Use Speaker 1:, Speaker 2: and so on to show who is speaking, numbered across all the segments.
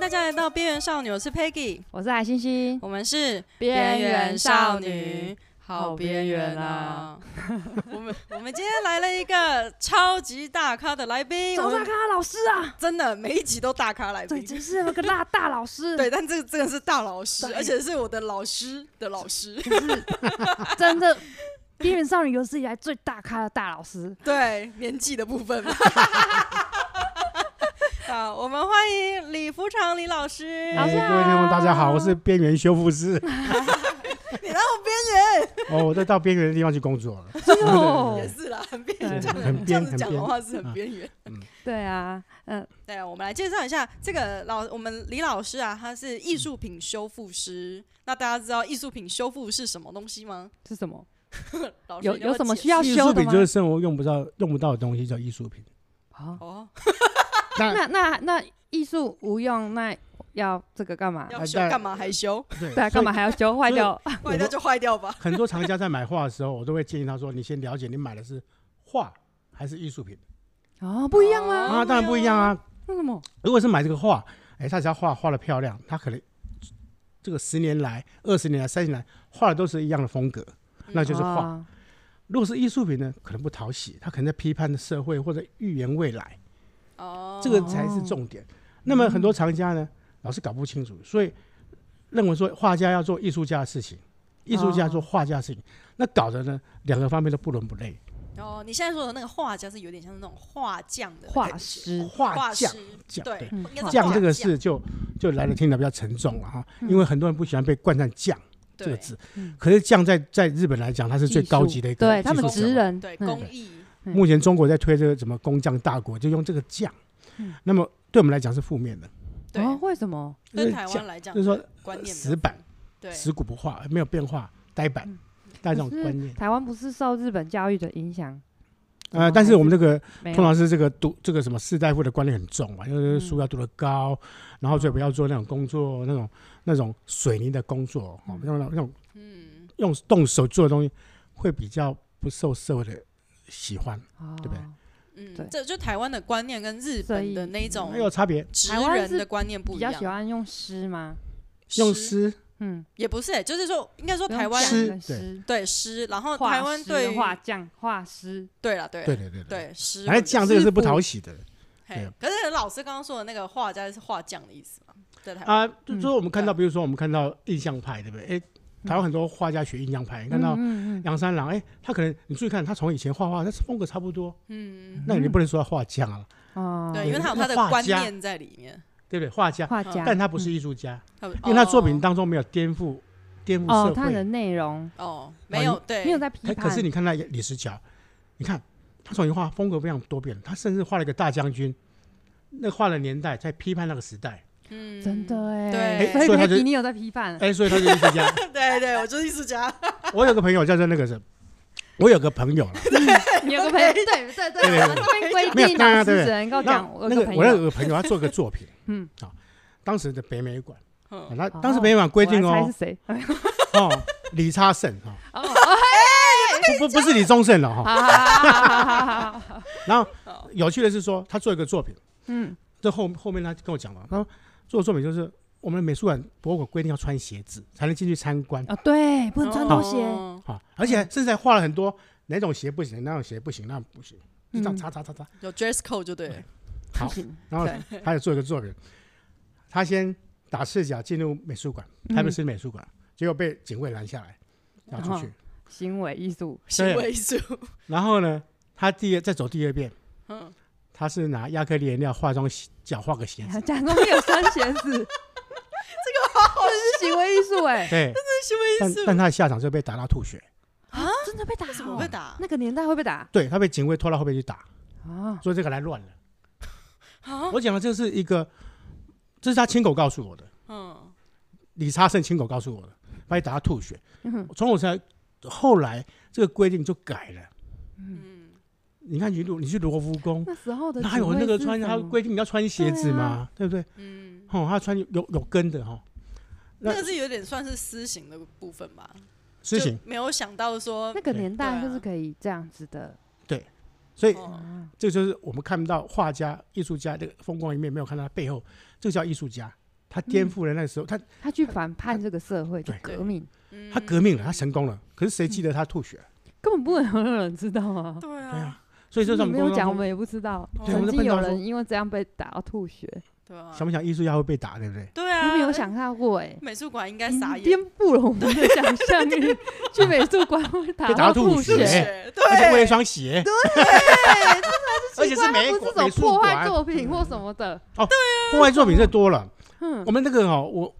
Speaker 1: 大家来到《边缘少女》，我是 Peggy，
Speaker 2: 我是海星星，
Speaker 1: 我们是
Speaker 2: 边缘少女，
Speaker 1: 好
Speaker 2: 好
Speaker 1: 边
Speaker 2: 边
Speaker 1: 缘
Speaker 2: 缘
Speaker 1: 啊
Speaker 2: 啊！
Speaker 1: 我们我们今天来了一个超级大咖的来宾，我
Speaker 2: 周大
Speaker 1: 们
Speaker 2: 咖老师 啊，
Speaker 1: 真的每一集都大咖来
Speaker 2: 对，
Speaker 1: 宾，
Speaker 2: 真是有个大大老 师，
Speaker 1: 对，，但这个这个是大老师，
Speaker 2: 对
Speaker 1: 而且是我的老师的老师，
Speaker 2: 真的边缘少女有史以来最大咖的大老 师，
Speaker 1: 对，年纪的部分嘛。 好，我们欢迎李福长李老师，
Speaker 2: 老师
Speaker 3: 哎各位听众大家好，
Speaker 2: 哦
Speaker 3: 我是边缘修 复师，
Speaker 1: 你让我边缘
Speaker 3: 哦，我在到边缘的地方去工作了。
Speaker 2: 哦
Speaker 1: 也，是啦，很边
Speaker 2: 对
Speaker 1: 缘，这样
Speaker 3: 很边
Speaker 1: 这样子讲
Speaker 3: 很
Speaker 1: 的
Speaker 3: 边
Speaker 1: 话是很边缘。
Speaker 2: 对啊，嗯，
Speaker 1: 对啊，我们来介绍一下这个老我们李老师啊，他是艺术品修复师。那大家知道艺术品修复是什么东西吗？
Speaker 2: 是什么？
Speaker 1: 老师
Speaker 2: 有
Speaker 1: 你要不要
Speaker 2: 有什么
Speaker 1: 解
Speaker 2: 需要
Speaker 3: 艺
Speaker 2: 修
Speaker 3: 术
Speaker 2: 的
Speaker 3: 品
Speaker 2: 吗
Speaker 3: 就？是生活用不到、用不到的东西，叫艺术品。
Speaker 2: 啊，
Speaker 1: 哦，
Speaker 3: 那
Speaker 2: 那那那艺术无用，那要这个干嘛？
Speaker 1: 要修
Speaker 3: 但
Speaker 1: 干嘛还 修？
Speaker 3: 对
Speaker 2: 对啊，干嘛？还要修坏掉？
Speaker 1: 坏掉就坏掉吧。
Speaker 3: 很多藏家在买画的时候，我都会建议他说：“你先了解你买的是画还是艺术品
Speaker 2: 哦，不一样吗？
Speaker 3: 啊？”当然不一样啊。
Speaker 2: 那什么？
Speaker 3: 如果是买这个画，哎，他只要画画的漂亮，他可能这个十年来、二十年来、三十年来画的都是一样的风格，那就是画。
Speaker 2: 啊
Speaker 3: 如果是艺术品呢，可能不讨喜，他可能在批判社会或者预言未来。
Speaker 1: 哦，
Speaker 3: 这个才是重点。那么
Speaker 2: 嗯
Speaker 3: 很多藏家呢，老是搞不清楚，所以认为说画家要做艺术家的事情，艺术
Speaker 2: 哦
Speaker 3: 家做画家的事情，那搞得呢两个方面都不伦不类。
Speaker 1: 哦，你现在说的那个画家是有点像那种画匠的
Speaker 2: 嗯画
Speaker 1: 感觉
Speaker 2: 师，
Speaker 3: 画
Speaker 1: 画
Speaker 3: 匠，
Speaker 1: 匠
Speaker 3: 匠
Speaker 1: 对
Speaker 3: 对，
Speaker 2: 嗯
Speaker 1: 应该是
Speaker 3: 匠
Speaker 1: 画
Speaker 3: 这个
Speaker 1: 匠
Speaker 3: 事就就来的听得比较沉重了哈，因为很多人不喜欢被冠上匠这个
Speaker 1: 对
Speaker 3: 字
Speaker 2: 嗯，
Speaker 3: 可是匠在在日本来讲，它是最高级的一个
Speaker 2: 对
Speaker 3: 技
Speaker 2: 他们
Speaker 3: 术
Speaker 2: 职
Speaker 3: 活
Speaker 2: 人，
Speaker 1: 对
Speaker 2: 嗯
Speaker 1: 工艺
Speaker 3: 目前中国在推这个什么工匠大国，就用这个匠
Speaker 2: 嗯，
Speaker 3: 那么对我们来讲是负面的，
Speaker 1: 对，
Speaker 2: 哦，为什么？
Speaker 3: 因
Speaker 1: 跟
Speaker 3: 为
Speaker 1: 台湾
Speaker 3: 匠
Speaker 1: 来讲
Speaker 3: 就是说
Speaker 1: 观念比较
Speaker 3: 死板。
Speaker 1: 对
Speaker 3: 死骨不化，没有变化，呆板
Speaker 2: 嗯，
Speaker 3: 大家这
Speaker 2: 可
Speaker 3: 种
Speaker 2: 是
Speaker 3: 观念。
Speaker 2: 台湾不是受日本教育的影响？怎
Speaker 3: 呃，
Speaker 2: 么
Speaker 3: 但是
Speaker 2: 还
Speaker 3: 我们这个
Speaker 2: 没
Speaker 3: 通
Speaker 2: 有
Speaker 3: 常是这个读这个什么士大夫的观念很重嘛，就是书要读得高，然后最好不要做那种工作，那种那种水泥的工作，哦，那种那种
Speaker 1: 嗯，
Speaker 3: 用动手做的东西会比较不受社会的喜欢，对不对
Speaker 2: 哦对
Speaker 1: 嗯，这就台湾的观念跟日
Speaker 2: 所
Speaker 1: 本
Speaker 2: 以
Speaker 1: 的那一种
Speaker 3: 没有差别。
Speaker 1: 职
Speaker 2: 台湾
Speaker 1: 人
Speaker 2: 是
Speaker 1: 的观念不
Speaker 2: 比
Speaker 1: 一
Speaker 2: 较
Speaker 1: 样，
Speaker 2: 喜欢用诗吗？
Speaker 3: 用
Speaker 1: 诗
Speaker 3: 诗
Speaker 2: 嗯，
Speaker 1: 也不是欸，就是说，应该说
Speaker 2: 不用
Speaker 1: 台湾
Speaker 2: 讲
Speaker 3: 诗
Speaker 2: 跟
Speaker 3: 对
Speaker 2: 诗，
Speaker 1: 对诗，然后
Speaker 2: 画
Speaker 1: 台湾
Speaker 2: 诗
Speaker 1: 对于
Speaker 2: 画匠、画师，
Speaker 1: 对了对
Speaker 3: 对对对，
Speaker 1: 对诗，
Speaker 3: 反正匠这个是不
Speaker 2: 师傅
Speaker 3: 讨喜的
Speaker 1: 嘿
Speaker 3: 对
Speaker 1: 可是老师刚刚说的那个画家是画匠的意思嘛？在台湾
Speaker 3: 啊。就
Speaker 2: 嗯
Speaker 3: 说我们看到，比如说我们看到印象派，对不对？哎，台湾很多画家学印象派，你看到
Speaker 2: 嗯嗯嗯
Speaker 3: 杨三郎，哎，他可能你注意看，他从以前画画，那风格差不多，
Speaker 1: 嗯，
Speaker 3: 那你不能说他画匠啊，
Speaker 2: 哦，
Speaker 1: 对，因为他有
Speaker 3: 那
Speaker 1: 他的
Speaker 3: 画
Speaker 1: 观
Speaker 3: 家
Speaker 1: 念在里面，
Speaker 3: 对不对？画家，
Speaker 2: 画家，
Speaker 3: 但他不是
Speaker 2: 嗯
Speaker 3: 艺术家，
Speaker 1: 他
Speaker 3: 因为他作品
Speaker 1: 当
Speaker 3: 当中没有颠覆颠覆
Speaker 2: 哦
Speaker 3: 社，
Speaker 2: 他的
Speaker 3: 会。
Speaker 2: 内容
Speaker 1: 哦没有对
Speaker 2: 没有在批
Speaker 3: 可
Speaker 2: 判，
Speaker 3: 可是你看那李石桥，你看他从以前画风格非常多变，他甚至画了一个大将军，那画的年代在批判那个时代，
Speaker 1: 嗯
Speaker 2: 真的哎，
Speaker 1: 对
Speaker 2: 所
Speaker 3: 所以他
Speaker 2: 以
Speaker 3: 就
Speaker 2: 佩你有在批判，
Speaker 3: 哎，所以他是艺术 家。
Speaker 1: 对对，我就是艺术家，
Speaker 3: 我有个朋友叫做那个什么，我有个朋友了，
Speaker 2: 你有个朋友，对对对，
Speaker 3: 对对
Speaker 2: 我们这边
Speaker 3: 没
Speaker 2: 规
Speaker 3: 有
Speaker 2: 定
Speaker 3: 当
Speaker 2: 老
Speaker 3: 然对
Speaker 2: 师
Speaker 3: 对
Speaker 2: 只能够
Speaker 3: 那
Speaker 2: 讲
Speaker 3: 那
Speaker 2: 个
Speaker 3: 个
Speaker 2: 朋
Speaker 3: 我那
Speaker 2: 友，
Speaker 3: 个朋友他做个作品，
Speaker 2: 嗯，哦
Speaker 3: 啊，当时的北美馆，啊
Speaker 1: 嗯，
Speaker 3: 那当时北美馆规定
Speaker 2: 我来猜
Speaker 3: 哦
Speaker 2: 是，谁？
Speaker 3: 哦，理查圣啊，
Speaker 2: 哦，哦
Speaker 3: 不不不是李宗盛了
Speaker 2: 好
Speaker 3: 哈。
Speaker 2: 好好好好好好，
Speaker 3: 然后
Speaker 1: 好
Speaker 3: 有趣的是说，他做一个作品。
Speaker 2: 嗯，
Speaker 3: 这后后面他跟我讲了，他说做作品就是我们美术馆、博物馆规定要穿鞋子才能进去参观
Speaker 2: 哦，对，不能穿拖鞋，
Speaker 1: 哦
Speaker 3: 啊，而且甚至还画了很多哪种鞋不行，哪种鞋不行，那种不行，就这样
Speaker 2: 嗯
Speaker 3: 擦擦擦擦。
Speaker 1: 有 dress code 就对了，
Speaker 3: 好
Speaker 2: 不，行
Speaker 3: 然后他也做一个作品，他先打赤脚进入美术馆，
Speaker 2: 嗯
Speaker 3: 台北市美术馆，结果被警卫拦下来，要
Speaker 2: 哦
Speaker 3: 出去。
Speaker 2: 行为艺术，
Speaker 1: 行
Speaker 3: 对
Speaker 1: 为艺术，
Speaker 3: 然后呢，他第二再走第二遍，
Speaker 1: 嗯，
Speaker 3: 他是拿亚克力颜料化妆鞋脚画个鞋 子，
Speaker 2: 假装没有穿鞋 子，这个好好是行为艺术哎，
Speaker 3: 对，
Speaker 1: 行为
Speaker 3: 但
Speaker 1: 艺术
Speaker 3: 但他的下场就被打到吐血，
Speaker 2: 真的被打，
Speaker 1: 啊
Speaker 2: 哦
Speaker 1: 怎么会？打
Speaker 2: 那个年代会被打
Speaker 3: 对他被警卫拖到后面去打。
Speaker 2: 啊？
Speaker 3: 所以这个来乱了。
Speaker 2: 哦
Speaker 1: 啊？
Speaker 3: 我讲的这是一个，这是他亲口告诉我的，
Speaker 1: 嗯，
Speaker 3: 李查圣亲口告诉我的，把你打到吐血。
Speaker 2: 嗯
Speaker 3: 从我才后来这个规定就改了。
Speaker 1: 嗯，
Speaker 3: 你看你如你去罗浮宫，
Speaker 2: 那时候的
Speaker 3: 哪有
Speaker 2: 警卫
Speaker 3: 那个
Speaker 2: 是
Speaker 3: 穿
Speaker 2: 什
Speaker 3: 他
Speaker 2: 么啊
Speaker 3: 规定你要穿鞋子嘛，对不对？
Speaker 1: 嗯，
Speaker 3: 哦，他穿有有有跟的哈，那
Speaker 1: 那个是有点算是私刑的部分吧，
Speaker 3: 事情
Speaker 1: 就。没有想到说
Speaker 2: 那个
Speaker 3: 对
Speaker 2: 年代
Speaker 1: 对
Speaker 2: 就
Speaker 1: 啊
Speaker 2: 是可以这样子的
Speaker 3: 所以
Speaker 1: 哦
Speaker 2: 啊，
Speaker 3: 这个就是我们看不到画家、艺术家这个风光一面，没有看到他背后，这个叫艺术家。他颠覆了那个时候，他
Speaker 2: 他去反叛这个社会，就
Speaker 3: 对
Speaker 2: 革命，
Speaker 1: 嗯
Speaker 3: 他革命了，他成功了。可是谁记得他吐血？
Speaker 2: 根本不会有人知道啊。
Speaker 1: 对
Speaker 3: 对
Speaker 1: 啊，
Speaker 3: 啊，所以这是我
Speaker 2: 你没
Speaker 3: 们工
Speaker 2: 有
Speaker 3: 作
Speaker 2: 讲，我
Speaker 3: 中
Speaker 2: 们也不知道。
Speaker 3: 对我
Speaker 2: 曾
Speaker 3: 们
Speaker 2: 经
Speaker 3: 都
Speaker 2: 有
Speaker 3: 碰到
Speaker 2: 人因为这样被打到吐血，
Speaker 1: 对啊，
Speaker 3: 想不想艺术家会被打，对不对？
Speaker 1: 对
Speaker 2: 我
Speaker 1: 啊，
Speaker 2: 没有想到过哎，
Speaker 1: 美术馆应该
Speaker 2: 你
Speaker 1: 傻眼
Speaker 3: 嗯
Speaker 2: 颠，覆了我们的想象力。 去美术馆会打
Speaker 3: 被打到
Speaker 2: 吐
Speaker 3: 吐血
Speaker 2: 血，
Speaker 1: 对
Speaker 3: 而且为了一双鞋， 而且
Speaker 2: 奇
Speaker 3: 是
Speaker 2: 怪
Speaker 3: 美
Speaker 2: 它不是什
Speaker 3: 国
Speaker 2: 么
Speaker 3: 美术
Speaker 2: 破坏
Speaker 3: 馆 嗯
Speaker 2: 作品或什么的。
Speaker 3: 户外作品这多了。
Speaker 2: 哼
Speaker 3: 我，们那个哦， 我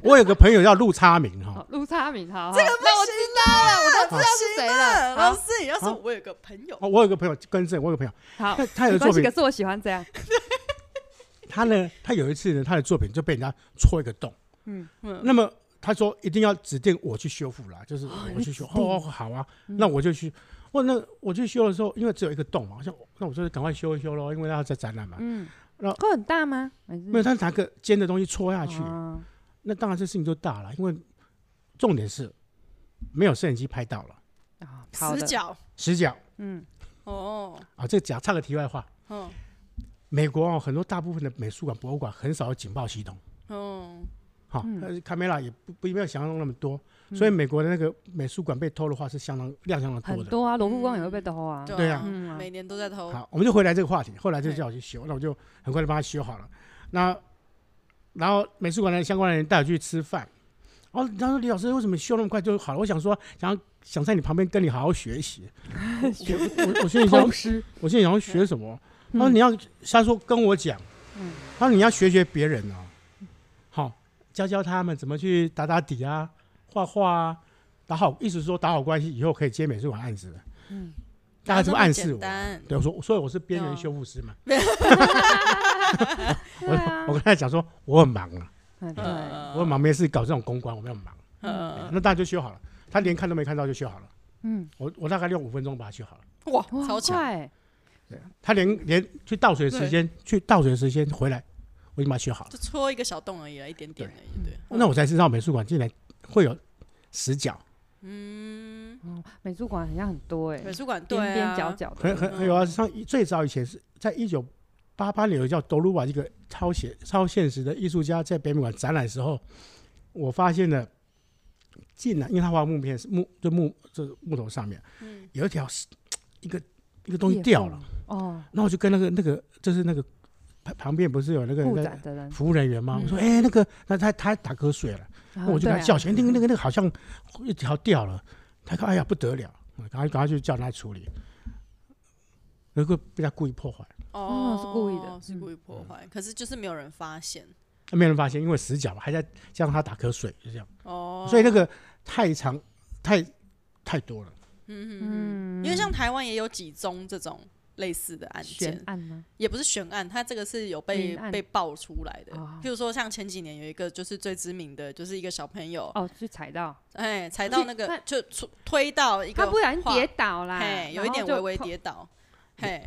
Speaker 3: 我有个朋友叫陆差明哈，
Speaker 2: 好，陆差敏，好，
Speaker 1: 这
Speaker 2: 好
Speaker 1: 个不行啦，我都知道
Speaker 2: 是谁了？啊
Speaker 1: 老
Speaker 2: 好
Speaker 1: 师，你要说
Speaker 3: 好
Speaker 1: 啊我有个朋友，
Speaker 3: 哦，我有个朋友更正，我有个朋友，
Speaker 2: 好，
Speaker 3: 他他有
Speaker 2: 没
Speaker 3: 的作
Speaker 2: 关系，
Speaker 3: 品
Speaker 2: 可，是我喜欢这样。
Speaker 3: 他呢，他有一次呢，他的作品就被人家戳一个洞，
Speaker 2: 嗯，
Speaker 1: 嗯
Speaker 3: 那么他说一定要指定我去修复啦，就是我去修，
Speaker 2: 你指定嗯
Speaker 3: 哦，好啊，那我就去，哦，那我去修的时候，因为只有一个洞嘛，我想那我就赶快修一修咯，因为他要在展览嘛，
Speaker 2: 嗯
Speaker 3: 那，
Speaker 2: 会很大吗？还是
Speaker 3: 没有他拿个尖的东西戳下去，
Speaker 2: 哦
Speaker 3: 那当然这事情就大了，因为重点是没有摄影机拍到了
Speaker 2: 啊好
Speaker 1: 死
Speaker 2: 的，
Speaker 1: 角
Speaker 3: 死角
Speaker 2: 嗯，
Speaker 1: 哦，
Speaker 3: 啊，这讲插个题外话。
Speaker 1: 嗯
Speaker 3: 美国哦，很多大部分的美术馆、博物馆很少有警报系统，
Speaker 1: 嗯，
Speaker 3: 哈、
Speaker 2: 嗯
Speaker 3: 呃卡梅拉也不不没有想象中那么多，所以美国的那个美术馆被偷的话是相当量相当
Speaker 2: 很
Speaker 3: 多的。
Speaker 2: 多啊，罗浮宫也会被偷啊。
Speaker 3: 对
Speaker 1: 啊
Speaker 3: 啊
Speaker 2: 嗯啊，
Speaker 1: 每年都在偷，
Speaker 3: 好，我们就回来这个话题，后来就
Speaker 1: 哦对
Speaker 3: 叫我去修，那我就很快就帮他修好了。那然后美术馆的相关人员带我去吃饭，哦，他说李老师为什么修那么快就好了？我想说想要想在你旁边跟你好好学习，我我我我心里 想
Speaker 2: 偷师，
Speaker 3: 我心里想要学什么？他说
Speaker 2: 嗯
Speaker 3: 你要，他说跟我讲，
Speaker 2: 嗯
Speaker 3: 他说你要学学别人哦，好，教教他们怎么去打打底啊，画画啊，打好，意思是说打好关系以后可以接美术馆案子的。
Speaker 2: 嗯，
Speaker 3: 大家这么暗示
Speaker 1: 简
Speaker 3: 我？啊
Speaker 1: 单
Speaker 3: 对，我说，所以我是
Speaker 1: 嗯
Speaker 3: 边缘修复师嘛。
Speaker 2: 对
Speaker 3: 我
Speaker 2: 啊
Speaker 3: 我，跟他讲说我很忙啊，
Speaker 2: 嗯对，
Speaker 1: 嗯
Speaker 3: 我很忙，没事搞这种公关，我没有忙。
Speaker 1: 嗯，
Speaker 3: 那大家就修好了，他连看都没看到就修好了。
Speaker 2: 嗯，
Speaker 3: 我我大概用五分钟把它修好了。
Speaker 1: 哇，
Speaker 2: 哇，
Speaker 1: 超
Speaker 2: 好
Speaker 1: 强，
Speaker 2: 快，
Speaker 3: 他连连去倒水的时间，去倒水的时间回来，我已经把它修好了。
Speaker 1: 就戳一个小洞而已啦，一点点而已，对，
Speaker 3: 嗯那我才知道美术馆竟然会有死角，
Speaker 1: 嗯，
Speaker 2: 哦美术馆好像很多哎，
Speaker 1: 美术馆对
Speaker 2: 边边角
Speaker 1: 啊，
Speaker 2: 角的，
Speaker 3: 很很很有啊。像一最早以前是在一九八八年有叫德鲁瓦一个超写超现实的艺术家在北美馆展览的时候，我发现了，竟然因为他画木片是木就木这木头上面
Speaker 1: 嗯
Speaker 3: 有一条一个一个东西掉了，
Speaker 2: 哦，
Speaker 3: 那我就跟那个那个就是那个旁旁边不是有那个
Speaker 2: 布
Speaker 3: 那
Speaker 2: 展
Speaker 3: 个
Speaker 2: 的 人，
Speaker 3: 服务人员吗？
Speaker 1: 嗯
Speaker 3: 我说哎、那个那他他打瞌睡了。
Speaker 2: 啊
Speaker 3: 我就
Speaker 2: 对
Speaker 3: 跟
Speaker 2: 啊
Speaker 3: 他叫醒，那个那个那个好像一条掉了，他说哎呀不得了，赶快赶快去叫他处理，那个被他故意破坏，
Speaker 1: 哦，
Speaker 2: 哦是故意的
Speaker 1: 是故意破坏，可是就是没有人发现，
Speaker 3: 没有人发现，因为死角嘛，还在加上他打瞌睡，就这样，
Speaker 1: 哦，
Speaker 3: 所以那个太长太太多了，
Speaker 1: 嗯嗯嗯，
Speaker 2: 嗯，
Speaker 1: 因为像台湾也有几宗这种类似的案件
Speaker 2: 悬，案吗？
Speaker 1: 也不是悬案，它这个是有被
Speaker 2: 明暗
Speaker 1: 被爆出来的。
Speaker 2: 哦
Speaker 1: 譬如说，像前几年有一个就是最知名的，就是一个小朋友，
Speaker 2: 哦，去踩到，
Speaker 1: 哎，踩到那
Speaker 2: 而
Speaker 1: 个
Speaker 2: 且
Speaker 1: 就出推到一个
Speaker 2: 他
Speaker 1: 画，
Speaker 2: 不小心跌倒啦，
Speaker 1: 嘿，有一
Speaker 2: 然后
Speaker 1: 点
Speaker 2: 就
Speaker 1: 微微
Speaker 2: 碰，
Speaker 1: 跌倒，嘿，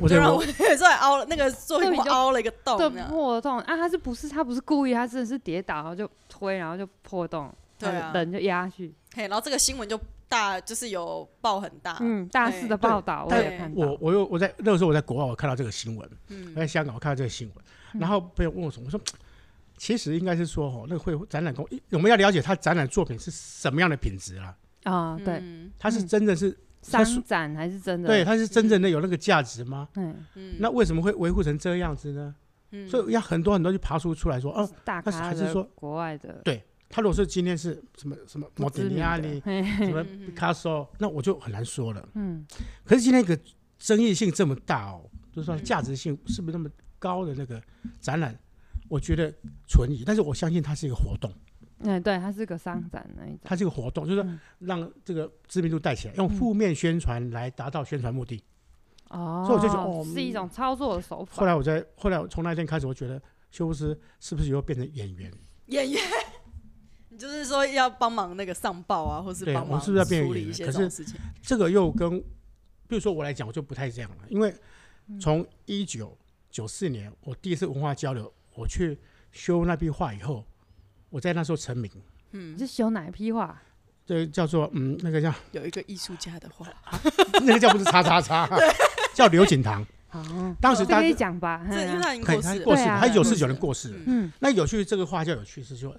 Speaker 3: 我
Speaker 1: 就
Speaker 3: 在
Speaker 1: 让
Speaker 3: 我
Speaker 1: 我 出来凹了那个作品
Speaker 2: 对
Speaker 1: 库
Speaker 2: 你就
Speaker 1: 凹了一个洞
Speaker 2: 就
Speaker 1: 这样，
Speaker 2: 破洞啊！他是不是他不是故意，他真的是跌倒，然后就推，然后就破洞，
Speaker 1: 对啊
Speaker 2: 然后人就压下去。
Speaker 1: 嘿，然后这个新闻就大就是有爆很大，
Speaker 2: 嗯，大
Speaker 1: 啊对
Speaker 2: 肆的报道我
Speaker 1: 但
Speaker 2: 也看到，
Speaker 3: 我我又我在那个时候我在国外我看到这个新闻，我
Speaker 1: 嗯
Speaker 3: 在香港我看到这个新闻，然后朋友问我什么，我说。其实应该是说，哦，那个会展览工，我们要了解他展览作品是什么样的品质啊？
Speaker 2: 啊，对，
Speaker 1: 嗯
Speaker 3: 他是真的是，
Speaker 2: 商
Speaker 3: 他是
Speaker 2: 展还是真的，
Speaker 3: 对，，他是真正的有那个价值吗？
Speaker 2: 嗯，
Speaker 1: 嗯
Speaker 3: 那为什么会维护成这样子呢？
Speaker 1: 嗯
Speaker 3: 所以要很多很多去爬出出来说，哦、
Speaker 2: 大
Speaker 3: 但是
Speaker 2: 咖
Speaker 3: 还是
Speaker 2: 的
Speaker 3: 说
Speaker 2: 国外的
Speaker 3: 他如果说今天是什么什么
Speaker 2: 不
Speaker 3: 莫
Speaker 2: 知
Speaker 3: 迪尼
Speaker 2: 名
Speaker 3: 亚
Speaker 2: 的
Speaker 3: 尼，，
Speaker 2: 嘿
Speaker 3: 什么
Speaker 1: 嗯嗯
Speaker 3: 毕卡索，那我就很难说了。
Speaker 2: 嗯，
Speaker 3: 可是今天一个争议性这么大哦，就是
Speaker 2: 嗯
Speaker 3: 说价值性是不是那么高的那个展览，我觉得存疑。但是我相信它是一个活动，
Speaker 2: 哎，对，它是个商展那一种，
Speaker 3: 嗯它是一个活动，就是说
Speaker 2: 嗯
Speaker 3: 让这个知名度带起来，用负面宣传来达到宣传目的。
Speaker 2: 哦，
Speaker 3: 所以我就觉得哦
Speaker 2: 是一种操作的手
Speaker 3: 后
Speaker 2: 法，
Speaker 3: 来我在后来我从那天开始，我觉得修复师是不是以后变成演员？
Speaker 1: 演员。 你就是说要帮忙那个上报啊，或是
Speaker 3: 对
Speaker 1: 帮
Speaker 3: 我
Speaker 1: 忙
Speaker 3: 是不是要变
Speaker 1: 处
Speaker 3: 演
Speaker 1: 理一
Speaker 3: 员
Speaker 1: 些
Speaker 3: 可
Speaker 1: 这种
Speaker 3: 是
Speaker 1: 事情？
Speaker 3: 这个又跟，比如说我来讲，我就不太这样了，因为从一九九四年我第一次文化交流，我去修那壁画以后，我在那时候成名，
Speaker 1: 嗯
Speaker 2: 你是修哪一批画？
Speaker 3: 这个叫做嗯，那个叫
Speaker 1: 有一个艺术家的话，
Speaker 3: 那个叫不是叉叉叉，叫刘锦堂，
Speaker 2: 哦，
Speaker 3: 当时
Speaker 2: 这
Speaker 3: 大
Speaker 2: 可以
Speaker 3: 家
Speaker 2: 讲吧？
Speaker 1: 这因为
Speaker 2: 嗯
Speaker 1: 他已经
Speaker 3: 啊可以
Speaker 1: 过
Speaker 3: 他
Speaker 1: 世了，
Speaker 3: 过世
Speaker 2: 对
Speaker 3: 了，
Speaker 2: 啊
Speaker 3: 他一九
Speaker 2: 过
Speaker 3: 四
Speaker 1: 世
Speaker 3: 九
Speaker 1: 了
Speaker 3: 年过世了。
Speaker 2: 嗯，
Speaker 3: 那有趣，这个画家有趣是说，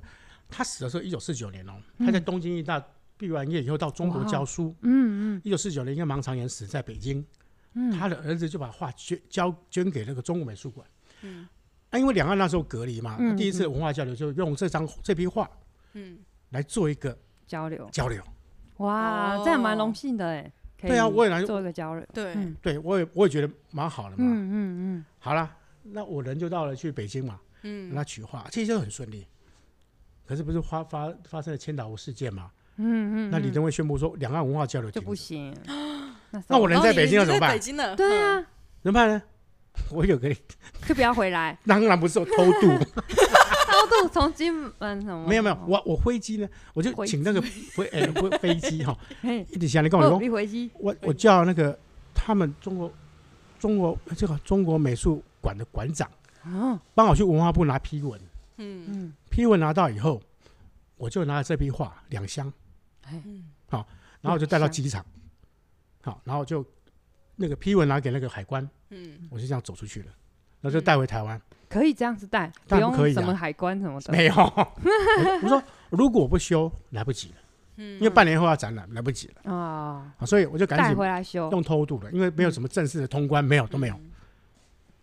Speaker 3: 他死的时候一九四九年哦，他在东京艺大毕完业以后到中国
Speaker 2: 嗯哇
Speaker 3: 教书。
Speaker 2: 嗯
Speaker 3: 一九四九年，因为盲肠炎死在北京，
Speaker 2: 嗯嗯，
Speaker 3: 他的儿子就把画捐交捐给那个中国美术馆。
Speaker 1: 嗯
Speaker 3: 那、因为两岸那时候隔离嘛，
Speaker 2: 嗯
Speaker 3: 第一次文化交流就用这张这批画
Speaker 1: 嗯，
Speaker 3: 来做一个
Speaker 2: 交流，
Speaker 3: 交流。
Speaker 2: 哇，
Speaker 1: 哦
Speaker 2: 这样蛮荣幸的哎。可以
Speaker 3: 对啊我也来
Speaker 2: 做一个交流。
Speaker 1: 对，
Speaker 2: 嗯
Speaker 3: 对我也我也觉得蛮好的嘛。
Speaker 2: 嗯嗯
Speaker 3: 好了，那我人就到了去北京嘛，
Speaker 1: 嗯，
Speaker 3: 那取画，这些都很顺利。可是不是发发发生了千岛湖事件嘛？
Speaker 2: 嗯嗯嗯，
Speaker 3: 那李登辉宣布说两岸文化交流
Speaker 2: 就
Speaker 3: 停
Speaker 2: 不
Speaker 3: 止，
Speaker 2: 行。
Speaker 3: 那我
Speaker 2: 人
Speaker 3: 人在北京要
Speaker 1: 了
Speaker 3: 怎么办
Speaker 1: 北？京了，
Speaker 2: 对啊，
Speaker 3: 怎么办呢？ 我有个
Speaker 2: 就不要回 来。
Speaker 3: 当然不是我偷渡，
Speaker 2: 高度从金门什么？
Speaker 3: 没有没有，
Speaker 2: 哦，
Speaker 3: 我我飞机呢，我就
Speaker 2: 回
Speaker 3: 请那个飞哎不飞机哈，
Speaker 2: 嘿
Speaker 3: 一直想你跟我
Speaker 2: 我
Speaker 3: 说，
Speaker 2: 一回哦机，
Speaker 3: 我我叫那个他们中国中国这个中国美术馆的馆长
Speaker 2: 哦，
Speaker 3: 帮我去文化部拿批文，
Speaker 1: 嗯
Speaker 2: 嗯，
Speaker 3: 批文拿到以后，我就拿了这批画两箱，
Speaker 1: 嗯
Speaker 3: 然后我就带
Speaker 2: 哎
Speaker 3: 到
Speaker 2: 两箱
Speaker 3: 机场，好，然后就那个批文拿给那个海关，
Speaker 1: 嗯，
Speaker 3: 我就这样走出去了，然后就带回台湾，
Speaker 2: 可以这样子带，
Speaker 3: 当然
Speaker 2: 用
Speaker 3: 不可以啊
Speaker 2: 什么海关什么的。
Speaker 3: 没有，我我说如果我不修来不及了，
Speaker 1: 嗯
Speaker 3: 因为半年后要展览来不及了。
Speaker 2: 啊，
Speaker 3: 啊，所以我就赶
Speaker 2: 嗯带
Speaker 3: 紧
Speaker 2: 回来修，
Speaker 3: 用偷渡了，因为没有什么正式的通关，没有都没
Speaker 2: 嗯
Speaker 3: 有，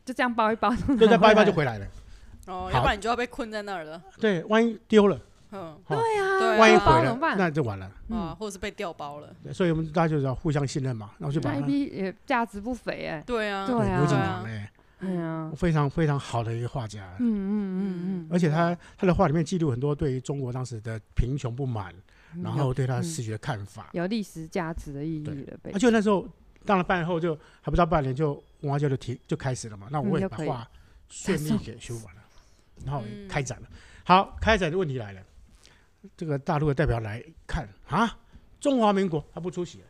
Speaker 2: 就这样包一包，
Speaker 3: 就在八一八就
Speaker 2: 回
Speaker 3: 回来了。
Speaker 1: 哦，
Speaker 3: 好
Speaker 1: 要不然你就要被困在那儿了，
Speaker 3: 对，万一丢了，
Speaker 1: 嗯，
Speaker 3: 对
Speaker 2: 来。对啊，
Speaker 1: 对
Speaker 3: 万一
Speaker 2: 包
Speaker 3: 回
Speaker 2: 怎
Speaker 3: 了
Speaker 2: 么，办？
Speaker 3: 那就完了。
Speaker 2: 嗯
Speaker 1: 啊，或者是被调包了，
Speaker 3: 对所以我们大家就是要互相信任嘛，然后就把
Speaker 2: 那一
Speaker 3: 它
Speaker 2: 批也价值不菲哎。
Speaker 1: 对啊，
Speaker 2: 对啊
Speaker 3: 刘景
Speaker 1: 对
Speaker 3: 堂
Speaker 1: 啊
Speaker 3: 哎，
Speaker 2: 哎呀，
Speaker 3: 非常非常好的一个画家，
Speaker 2: 嗯嗯嗯嗯，
Speaker 3: 而且他他的画里面记录很多对于中国当时的贫穷不满，
Speaker 2: 嗯
Speaker 3: 然后对他的
Speaker 2: 嗯
Speaker 3: 视觉的看法。
Speaker 2: 有有历史价值的意义了呗
Speaker 3: 而。且那时候当了半后就还不到半年就文化交流提就开始了嘛，那我
Speaker 2: 嗯
Speaker 3: 也
Speaker 2: 就
Speaker 3: 把
Speaker 2: 可以
Speaker 3: 画顺利给修完了，然后
Speaker 1: 嗯
Speaker 3: 开展了。好，开展的问题来了，这个大陆的代表来看啊，中华民国他不出席，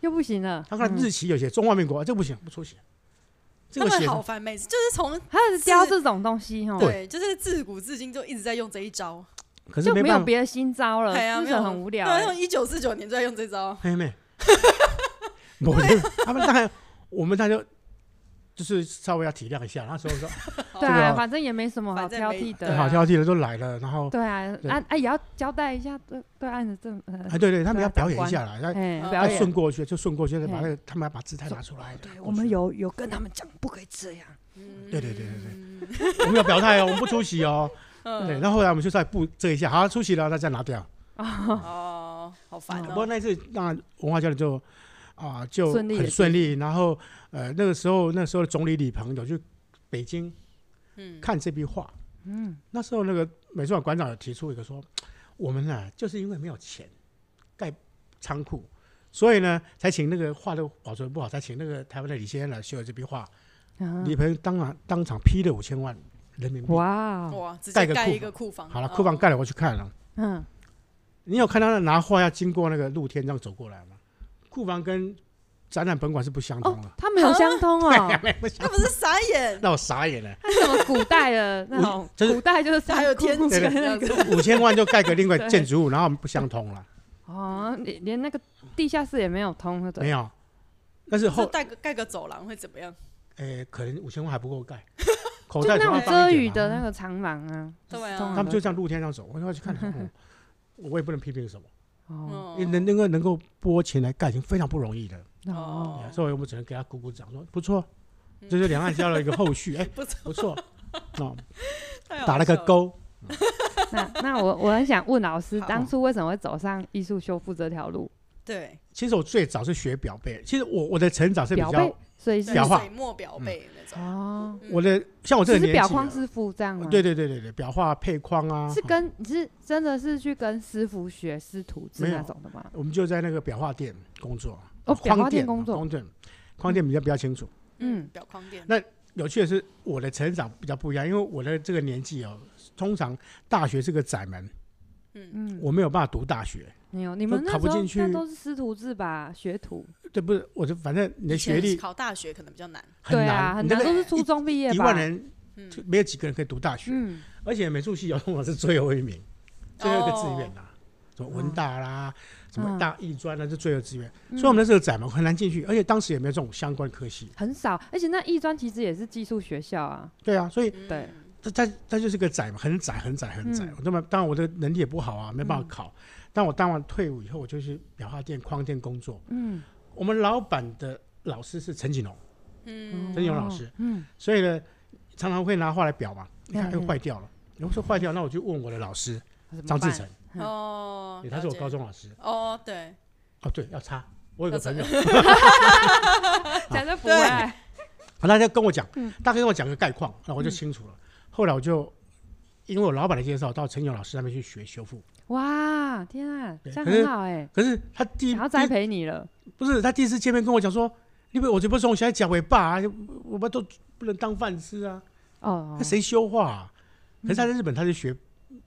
Speaker 2: 又不行了，
Speaker 3: 他看
Speaker 2: 嗯
Speaker 3: 日期有写中华民国，这不行，不出席。这
Speaker 1: 他
Speaker 3: 个
Speaker 1: 们
Speaker 3: 写哦
Speaker 1: 好烦，每次就是从
Speaker 2: 他是雕这种东西哦，
Speaker 1: 对，就是自古至今就一直在用这一招，
Speaker 3: 可是
Speaker 2: 就
Speaker 3: 没
Speaker 2: 没有
Speaker 3: 办法，
Speaker 2: 别的新招了，
Speaker 1: 哎呀，
Speaker 2: 真
Speaker 1: 没有
Speaker 2: 的呃很无聊
Speaker 1: 对啊，
Speaker 2: 哎。
Speaker 1: 用一九四九年就在用这招，
Speaker 3: 妹妹， 我他们当然我们大家就是稍微要体谅一下，那时候说
Speaker 2: 对
Speaker 3: 这
Speaker 2: 啊，
Speaker 3: 个
Speaker 2: 反正也没什么好
Speaker 1: 反正
Speaker 2: 挑
Speaker 1: 没
Speaker 2: 剔
Speaker 1: 对啊
Speaker 2: 的。
Speaker 3: 好挑剔的都来了，然后
Speaker 2: 对啊，
Speaker 3: 对
Speaker 2: 按哎也要交代一下对对岸的政呃，
Speaker 3: 哎对对，他
Speaker 2: 对啊
Speaker 3: 们要表演
Speaker 2: 长
Speaker 3: 一下啦，要
Speaker 2: 哎
Speaker 1: 啊
Speaker 2: 表
Speaker 3: 要
Speaker 2: 演。
Speaker 3: 顺过去，就顺过去，再把
Speaker 2: 嗯
Speaker 3: 那个他们要把姿态拿出来。对
Speaker 2: 哎我们，有有跟他们讲，不可以这样。
Speaker 1: 嗯
Speaker 3: 对对对对我们有表态哦，我们不出 席哦。
Speaker 1: 嗯
Speaker 3: 对，然后后来我们就再布这一下，好，出席了，那再拿掉。
Speaker 1: 哦，好烦
Speaker 3: 不过
Speaker 1: 哦，
Speaker 3: 那一次，那文化交流就啊就
Speaker 2: 顺利也
Speaker 3: 很
Speaker 2: 是
Speaker 3: 顺利。然后呃，那个时候那时候的总理李鹏有去北京
Speaker 1: 嗯，
Speaker 3: 看这笔画，
Speaker 2: 嗯，
Speaker 3: 那时候那个美术馆馆长有提出一个说，我们呢就是因为没有钱盖仓库，所以呢才请那个画的保存不好，才请那个台湾的李先生来修了这笔画。
Speaker 2: 啊
Speaker 3: 李鹏当场当场批了五千万人民币。
Speaker 2: 哇哦，
Speaker 1: 哇，直
Speaker 3: 啊盖
Speaker 1: 接
Speaker 3: 个
Speaker 1: 盖
Speaker 3: 库
Speaker 1: 一个库房，
Speaker 3: 好了，
Speaker 1: 哦
Speaker 3: 库房盖嗯了，我去看了。
Speaker 2: 嗯，
Speaker 3: 你有看到那拿画要经过那个露天这样走过来吗？库房跟展览本馆是不相通的
Speaker 2: 哦，，他们有相通 哦，
Speaker 1: 那不是傻眼，
Speaker 3: 那我傻眼了。
Speaker 2: 它是什么古代的那种，
Speaker 3: 就是
Speaker 2: 古代就是
Speaker 1: 还有天井
Speaker 2: 井
Speaker 3: 对对
Speaker 1: 这样子，
Speaker 3: 五千万就盖个另 外
Speaker 2: 对
Speaker 3: 建筑物，然后我们不相通了，
Speaker 2: 哦，连连那个地下室也没有通的，
Speaker 3: 没有。但是
Speaker 1: 就
Speaker 3: 后，
Speaker 1: 盖个盖个走廊会怎么样？
Speaker 3: 诶，可能五千万还不够 盖，口
Speaker 2: 就
Speaker 3: 袋
Speaker 2: 那
Speaker 3: 总要
Speaker 2: 种
Speaker 3: 放
Speaker 2: 遮
Speaker 3: 一
Speaker 2: 雨
Speaker 3: 点
Speaker 2: 的
Speaker 3: 嘛
Speaker 2: 那个长廊啊，
Speaker 1: 对啊
Speaker 3: 他们就这样露天这样走，我就要去 看。嗯我也不能批评什么，
Speaker 2: 哦
Speaker 1: 哦
Speaker 3: 因为能能够能够拨钱来盖已经非常不容易了，
Speaker 2: 哦，嗯
Speaker 1: 哦
Speaker 3: 所以我们只能给他鼓鼓掌，说不错，这就是两岸交流一个后续， 哎，
Speaker 1: 不错
Speaker 3: 不错，哦，
Speaker 1: 太好
Speaker 3: 打了个
Speaker 1: 笑了，
Speaker 3: 勾，
Speaker 2: 那那我我很想问老师，
Speaker 3: 好
Speaker 2: 当初为什么会走上艺术修复这条路？
Speaker 1: 对，
Speaker 3: 其实我最早是学表背，其实我我的成长是比
Speaker 2: 表
Speaker 3: 较
Speaker 2: 背，所以是
Speaker 1: 对
Speaker 3: 裱画
Speaker 1: 水墨
Speaker 3: 嗯
Speaker 1: 表背那种，
Speaker 2: 哦，
Speaker 1: 嗯
Speaker 3: 我的像我这
Speaker 2: 只
Speaker 3: 个
Speaker 2: 是
Speaker 3: 年纪
Speaker 2: 表
Speaker 3: 啊，
Speaker 2: 框师傅这样吗？
Speaker 3: 对对对对对，表画配框啊，
Speaker 2: 是跟你是真的是去跟师傅学师徒制
Speaker 3: 没有
Speaker 2: 那种的吗？
Speaker 3: 我们就在那个表画店工作，
Speaker 2: 哦
Speaker 3: 框
Speaker 2: 裱画店
Speaker 3: 啊
Speaker 2: 工作
Speaker 3: 框店框店比较比较清楚。
Speaker 1: 嗯
Speaker 2: 嗯，
Speaker 1: 表框店，
Speaker 3: 那有趣的是，我的成长比较不一样，因为我的这个年纪哦，通常大学是个窄门，
Speaker 1: 嗯，
Speaker 2: 嗯，
Speaker 3: 我没有办法读大学。
Speaker 2: 没有，你们那
Speaker 3: 考不
Speaker 2: 时候
Speaker 3: 进去
Speaker 2: 那都是师徒制吧？学徒，
Speaker 3: 这不是，我就反正你的
Speaker 1: 以前
Speaker 3: 学历
Speaker 1: 考大学可能比较难，
Speaker 3: 很
Speaker 2: 对
Speaker 3: 难，
Speaker 2: 啊，很
Speaker 3: 你那
Speaker 2: 难，
Speaker 3: 个
Speaker 2: 都是初中毕业
Speaker 3: 一
Speaker 2: 吧
Speaker 3: 万？人
Speaker 1: 嗯
Speaker 3: 就没有几个人可以读大学，
Speaker 2: 嗯，哦
Speaker 3: 而且美术系有我是最后一名，最后一个志愿呐、什么文大啦，什么
Speaker 4: 嗯
Speaker 3: 大艺专啊，这最有资源。
Speaker 2: 嗯
Speaker 3: 所以我们在这个展嘛很难进去，而且当时也没有这种相关科系。
Speaker 2: 很少，而且那艺专其实也是技术学校啊，
Speaker 3: 对啊，所以
Speaker 1: 嗯
Speaker 2: 对，
Speaker 3: 它它它就是个窄嘛，很窄很窄很窄。那么当然我的能力也不好啊，没办法考。但我当完退伍以后，我就去裱花店、框店工作。
Speaker 4: 嗯，
Speaker 3: 我们老板的老师是陈景龙，
Speaker 1: 嗯
Speaker 3: 陈景龙老师，
Speaker 4: 嗯，
Speaker 3: 所以呢，常常会拿画来裱嘛，你看
Speaker 4: 嗯
Speaker 3: 又坏掉了。然后说坏掉，那我就问我的老师
Speaker 2: 怎么
Speaker 3: 张志
Speaker 2: 办
Speaker 3: 成，
Speaker 1: 哦，
Speaker 3: 他是我高
Speaker 1: 中
Speaker 3: 中老师。
Speaker 1: 哦，对，
Speaker 3: 哦，对，要擦。我有个
Speaker 1: 要擦
Speaker 3: 朋友，
Speaker 2: 讲的不
Speaker 1: 对
Speaker 2: 会，
Speaker 3: 好，大家跟我讲
Speaker 4: 嗯，
Speaker 3: 大概跟我讲个概况，那我就清楚了。后来我就因为我老板的介绍，到陈勇老师那边去学修复。
Speaker 2: 哇，天啊，
Speaker 3: 对
Speaker 2: 这样
Speaker 3: 可是
Speaker 2: 很好哎，
Speaker 3: 可是他第一
Speaker 2: 想要栽培你了，
Speaker 3: 第不是他第一次见面跟我讲说，你们我就不从现在讲尾巴、啊，我们都不能当饭吃啊，
Speaker 2: 哦
Speaker 3: 那，谁修画、啊？可是他在日本他是学